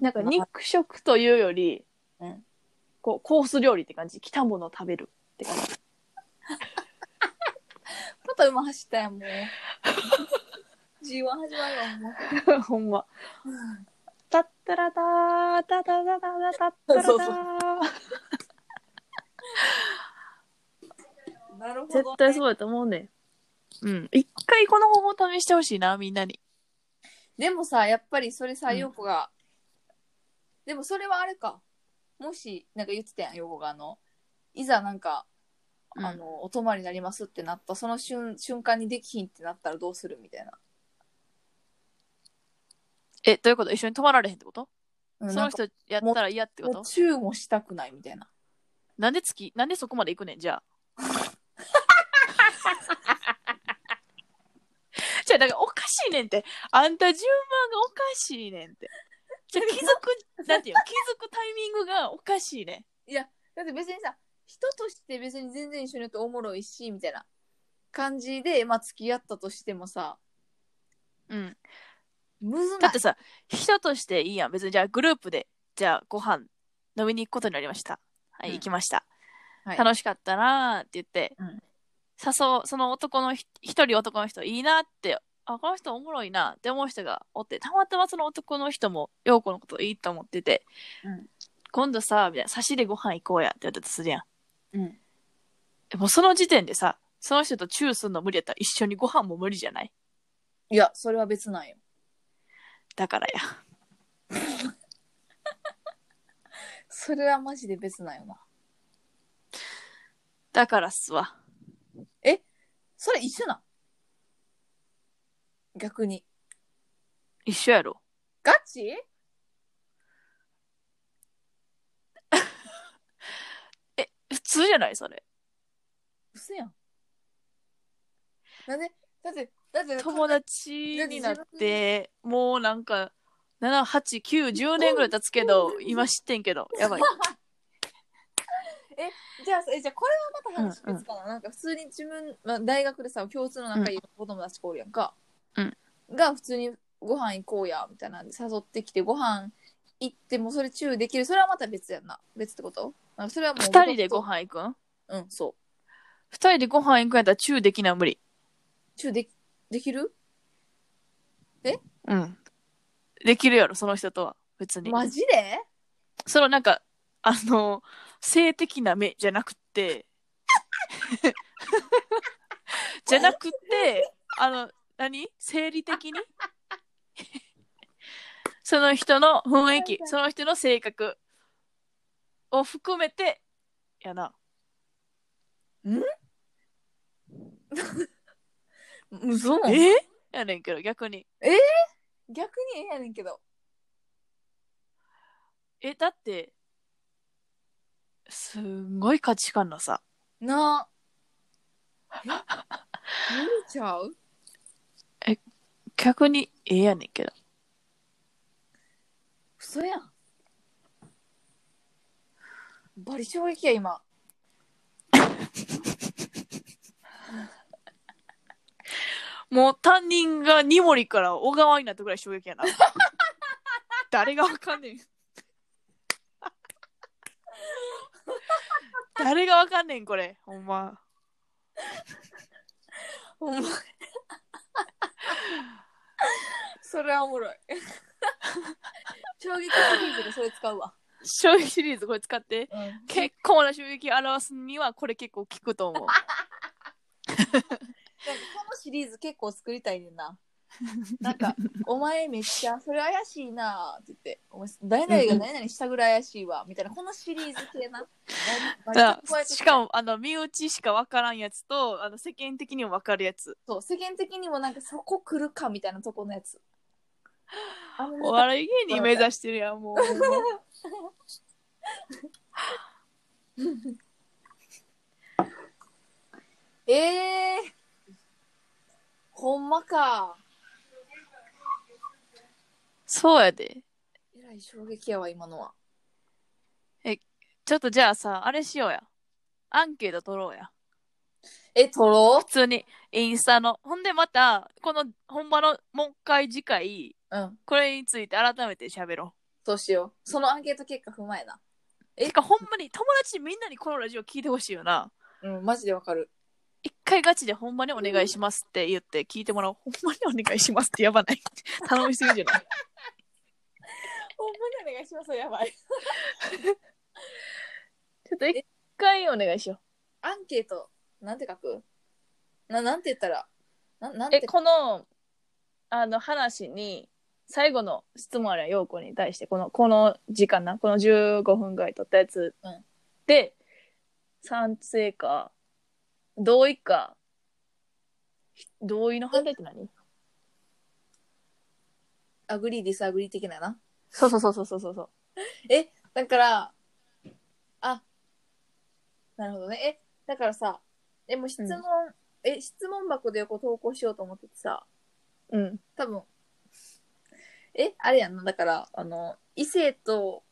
[SPEAKER 2] なんか肉食というより、
[SPEAKER 3] うん
[SPEAKER 2] こうコース料理って感じ。来たものを食べる って感じ。
[SPEAKER 3] また馬走ったやん、もう。G1 始まるわ、もう。
[SPEAKER 2] ほんま。たったらたー、たたたたたたったらた
[SPEAKER 3] そうそう
[SPEAKER 2] ー。
[SPEAKER 3] なるほど、
[SPEAKER 2] 絶対そうだと思うね。
[SPEAKER 4] うん。一回この方法試してほしいな、みんなに。
[SPEAKER 3] でもさ、やっぱりそれさ、
[SPEAKER 4] うん
[SPEAKER 3] ヨ子が、でもそれはあれか。もし、なんか言ってたやん、ヨ子があの、いざなんか、
[SPEAKER 4] うん
[SPEAKER 3] あの、お泊まりになりますってなった、その瞬瞬間にできひんってなったらどうするみたいな。
[SPEAKER 4] え、どういうこと一緒に泊まられへんってこと
[SPEAKER 3] うん、
[SPEAKER 4] そ
[SPEAKER 3] な
[SPEAKER 4] の
[SPEAKER 3] んか
[SPEAKER 4] 人やったら嫌ってこ
[SPEAKER 3] も
[SPEAKER 4] と
[SPEAKER 3] うチューもしたくないみたいな。
[SPEAKER 2] なんで月、なんでそこまで行くねん、じゃ あ。じゃあ、だからおかしいねんって。あんた順番がおかしいねんって。じゃあ気づ く、なんていうの気づくタイミングがおかしいねん。
[SPEAKER 3] だって別にさ人として別に全然一緒にやっておもろいしみたいな感じで、まあ、付き合ったとしてもさ
[SPEAKER 2] うん。
[SPEAKER 3] むず
[SPEAKER 2] だ
[SPEAKER 3] な
[SPEAKER 2] って
[SPEAKER 3] い
[SPEAKER 2] さ、人としていいやん。別にじゃあグループで、じゃあご飯飲みに行くことになりました。はい、
[SPEAKER 3] うん
[SPEAKER 2] 行きました。
[SPEAKER 3] はい
[SPEAKER 2] 楽しかったなーって言って、
[SPEAKER 3] うん
[SPEAKER 2] 誘う、その男のひ一人男の人いいなって、あ、この人おもろいなって思う人がおって、たまたまその男の人も陽子のこといいと思ってて、
[SPEAKER 3] うん
[SPEAKER 2] 今度さ、みたいな、差しでご飯行こうやって言ったとするやん。
[SPEAKER 3] うん
[SPEAKER 2] えもうその時点でさ、その人とチューするの無理やったら一緒にご飯も無理じゃない
[SPEAKER 3] いやそれは別なんよ
[SPEAKER 2] だからや。
[SPEAKER 3] それはマジで別なんよな
[SPEAKER 2] だからっすわ。
[SPEAKER 3] それ一緒なん逆に
[SPEAKER 2] 一緒やろ。
[SPEAKER 3] ガチ
[SPEAKER 2] 普通じゃないそれ。
[SPEAKER 3] 嘘やんなんでだってだって
[SPEAKER 2] 友達になってもうなんか78910年ぐらい経つけど今知ってんけどやばい
[SPEAKER 3] じゃあ、えじゃあこれはまた話別かな。なんか普通に自分、まあ、大学でさ、共通の仲いい子供たちがおるやんか。
[SPEAKER 2] うん
[SPEAKER 3] が、普通にご飯行こうや、みたいなんで誘ってきて、ご飯行って、もうそれチューできる。それはまた別やんな。別ってことなんかそれはもう。
[SPEAKER 2] 2人でご。飯行くん2
[SPEAKER 3] うん、そ
[SPEAKER 2] 人でご飯行くんやったらチューできない無理
[SPEAKER 3] う。チューでき、できる
[SPEAKER 2] うんできるやろその人とは別に
[SPEAKER 3] マジで
[SPEAKER 2] そのなんかあの性的な目じゃなくてじゃなくてあの何生理的にその人の雰囲気その人の性格を含めてやな
[SPEAKER 3] 嘘え
[SPEAKER 2] えやねんけど逆に
[SPEAKER 3] 逆にええやねんけど。
[SPEAKER 2] えだってすんごい価値観のさ
[SPEAKER 3] なあ。え無理ちゃう
[SPEAKER 2] 逆にええやねんけど
[SPEAKER 3] 嘘やん。バリ衝撃や、今。
[SPEAKER 2] もう担任がニモリから小川になったぐらい衝撃や な。誰がわかんねん。誰がわかんねん、これ。ほんま。
[SPEAKER 3] お前それはおもろ い衝撃シリーズでそれ使うわ、
[SPEAKER 2] 衝撃シリーズこれ使って。
[SPEAKER 3] け
[SPEAKER 2] 結構な衝撃を表すにはこれ結構効くと 思う。
[SPEAKER 3] なんかこのシリーズ結構作りたいねん ななんか「お前めっちゃそれ怪しいな」って言って「お前誰々が何々したぐらい怪しいわ」みたいなこのシリーズ系 なバリバ
[SPEAKER 2] だ
[SPEAKER 3] リ加えて
[SPEAKER 2] しかも、あの、身内しかわからんやつと、あの、世間的にもわかるやつ。
[SPEAKER 3] そう世間的にもなんかそこ来るかみたいなとこのやつあの
[SPEAKER 2] お笑い芸人目指してるやん、もう。
[SPEAKER 3] ええー、ほんまか
[SPEAKER 2] そうやで。
[SPEAKER 3] えらい衝撃やわ今のは
[SPEAKER 2] ちょっとじゃあさ、あれしようや。アンケート取ろうや。
[SPEAKER 3] え取ろう
[SPEAKER 2] 普通にインスタの。ほんでまた、この本場のもう一回次回、
[SPEAKER 3] うん、
[SPEAKER 2] これについて改めて喋ろ
[SPEAKER 3] そうしよう。そのアンケート結果踏まえな。
[SPEAKER 2] う。てかほんまに友達みんなにこのラジオ聞いてほしいよな。
[SPEAKER 3] うん、マジでわかる。
[SPEAKER 2] 一回ガチでほんまにお願いしますって言って聞いてもらおう。ほんまにお願いしますってやばない。頼みすぎじゃない。
[SPEAKER 3] ほんまにお願いします。やばい。
[SPEAKER 2] ちょっと一回お願いしよ
[SPEAKER 3] アンケート、なんて書くな、なんて言ったらななん
[SPEAKER 2] う。え、
[SPEAKER 3] て
[SPEAKER 2] この、あの話に、最後の質問あるやん、陽子に対して、この、この時間な、この15分ぐらい取ったやつ
[SPEAKER 3] うん
[SPEAKER 2] で、賛成か、同意か、ひ同意の反対って何
[SPEAKER 3] アグリー、ディスアグリー的なな。
[SPEAKER 2] そうそうそうそうそうそう。
[SPEAKER 3] え、だから、あ、なるほどね。え、だからさ、でも質問、え、質問箱でこう投稿しようと思っててさ、
[SPEAKER 1] うん。
[SPEAKER 3] 多分、え、あれやんな。だから、あの、異性と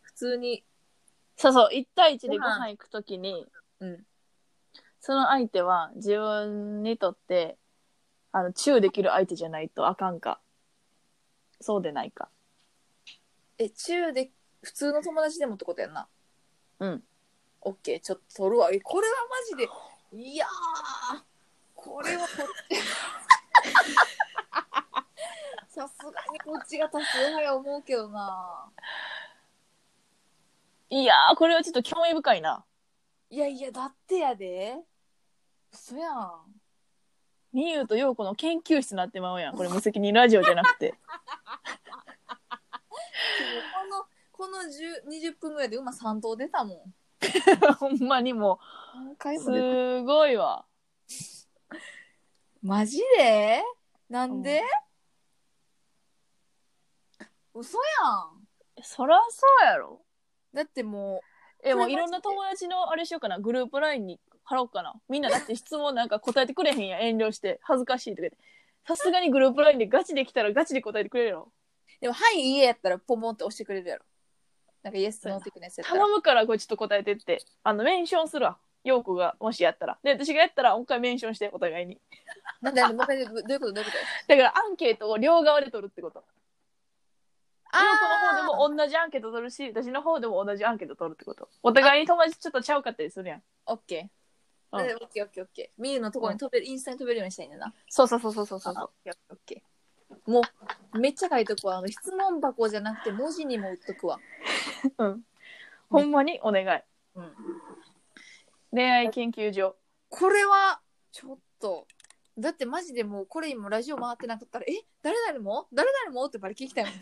[SPEAKER 3] 普通に、
[SPEAKER 2] そうそう、1対1でご飯行くときに、
[SPEAKER 3] うん。
[SPEAKER 2] その相手は自分にとって、あの、チューできる相手じゃないとあかんか。そうでないか。
[SPEAKER 3] え、中で普通の友達でもってことやんな。
[SPEAKER 2] うん。
[SPEAKER 3] オッケー、ちょっと取るわ。えこれはマジで、いやー、これはこっち。 さすがにこっちが多数派や思うけどな。
[SPEAKER 2] いやー、これはちょっと興味深いな。
[SPEAKER 3] いやいや、だってやで。嘘やん。
[SPEAKER 2] みゆうとようこの研究室になってまうやん。これ無責任ラジオじゃなくて。
[SPEAKER 3] この、この10 20分ぐらいで馬3頭出たもん。
[SPEAKER 2] ほんまにも
[SPEAKER 3] 何回
[SPEAKER 2] う、すごいわ。
[SPEAKER 3] マジでなんで、嘘やん。
[SPEAKER 2] そらそうやろ。
[SPEAKER 3] だっても
[SPEAKER 2] え、もう
[SPEAKER 3] それマジで
[SPEAKER 2] いろんな友達のあれしようかな。グループラインに貼ろうかな。みんなだって質問なんか答えてくれへんやん。遠慮して。恥ずかしいとか言って。さすがにグループラインでガチで来たらガチで答えてくれる よ。
[SPEAKER 3] う、でも、はい、いいえやったらポモンって押してくれるやろ。なんか、イエス、
[SPEAKER 2] そうやな
[SPEAKER 3] ノーティクのやつやったら
[SPEAKER 2] 頼。むからこれちょっと答えてって。あの、メンションするわ。陽子がもしやったら。で、私がやったらもう一回メンションして、お互いに。
[SPEAKER 3] なんで、なんでもう一回どういうことどういうこと
[SPEAKER 2] だからアンケートを両側で取るってこと。
[SPEAKER 3] あ
[SPEAKER 2] 陽子の方でも同じアンケート取るし、私の方でも同じアンケート取るってこと。お互いに友達ちょっとちゃうかったりするやん。
[SPEAKER 3] オッケー。
[SPEAKER 2] うん
[SPEAKER 3] でオッケーオッケーオッケー。ミユのところに飛べる、インスタに飛べるようにしたいんだな。
[SPEAKER 2] そうそうそうそうそうそ
[SPEAKER 3] そ
[SPEAKER 2] う
[SPEAKER 3] うそう。オッケーオッケー。もう、めっちゃ書いとくわ。あの、質問箱じゃなくて文字にも打っとくわ。
[SPEAKER 2] うん。ほんまにお願い。
[SPEAKER 3] うん。
[SPEAKER 2] 恋愛研究所。
[SPEAKER 3] これは、ちょっと、だってマジでもう、これ今ラジオ回ってなかったら、え、誰々も誰々もってバリ聞きたいもん。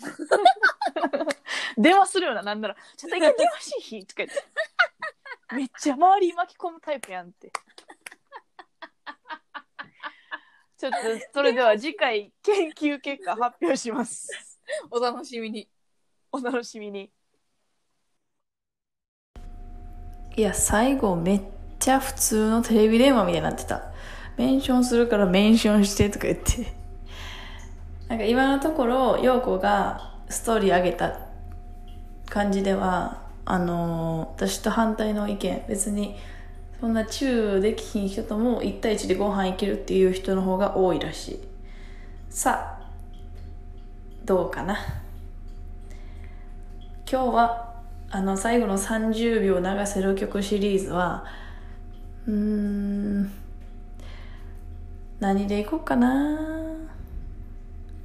[SPEAKER 2] 電話するような、なんなら。ちょっと一回電話しいとか言って。 めっちゃ周り巻き込むタイプやんって。ちょっと、それでは次回研究結果発表します。
[SPEAKER 3] お楽しみに。
[SPEAKER 2] お楽しみに。
[SPEAKER 1] いや、最後めっちゃ普通のテレビ電話みたいになってた。メンションするからメンションしてとか言って。なんか今のところ、陽子がストーリー上げた感じでは、あのー私と反対の意見、別に、そんなチューできひん人とも1対1でご飯行けるっていう人の方が多いらしい。さあ、どうかな。今日はあの最後の30秒流せる曲シリーズはうーん何でいこうかな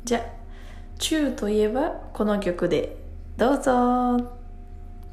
[SPEAKER 1] じゃあ「チュー」といえばこの曲でどうぞ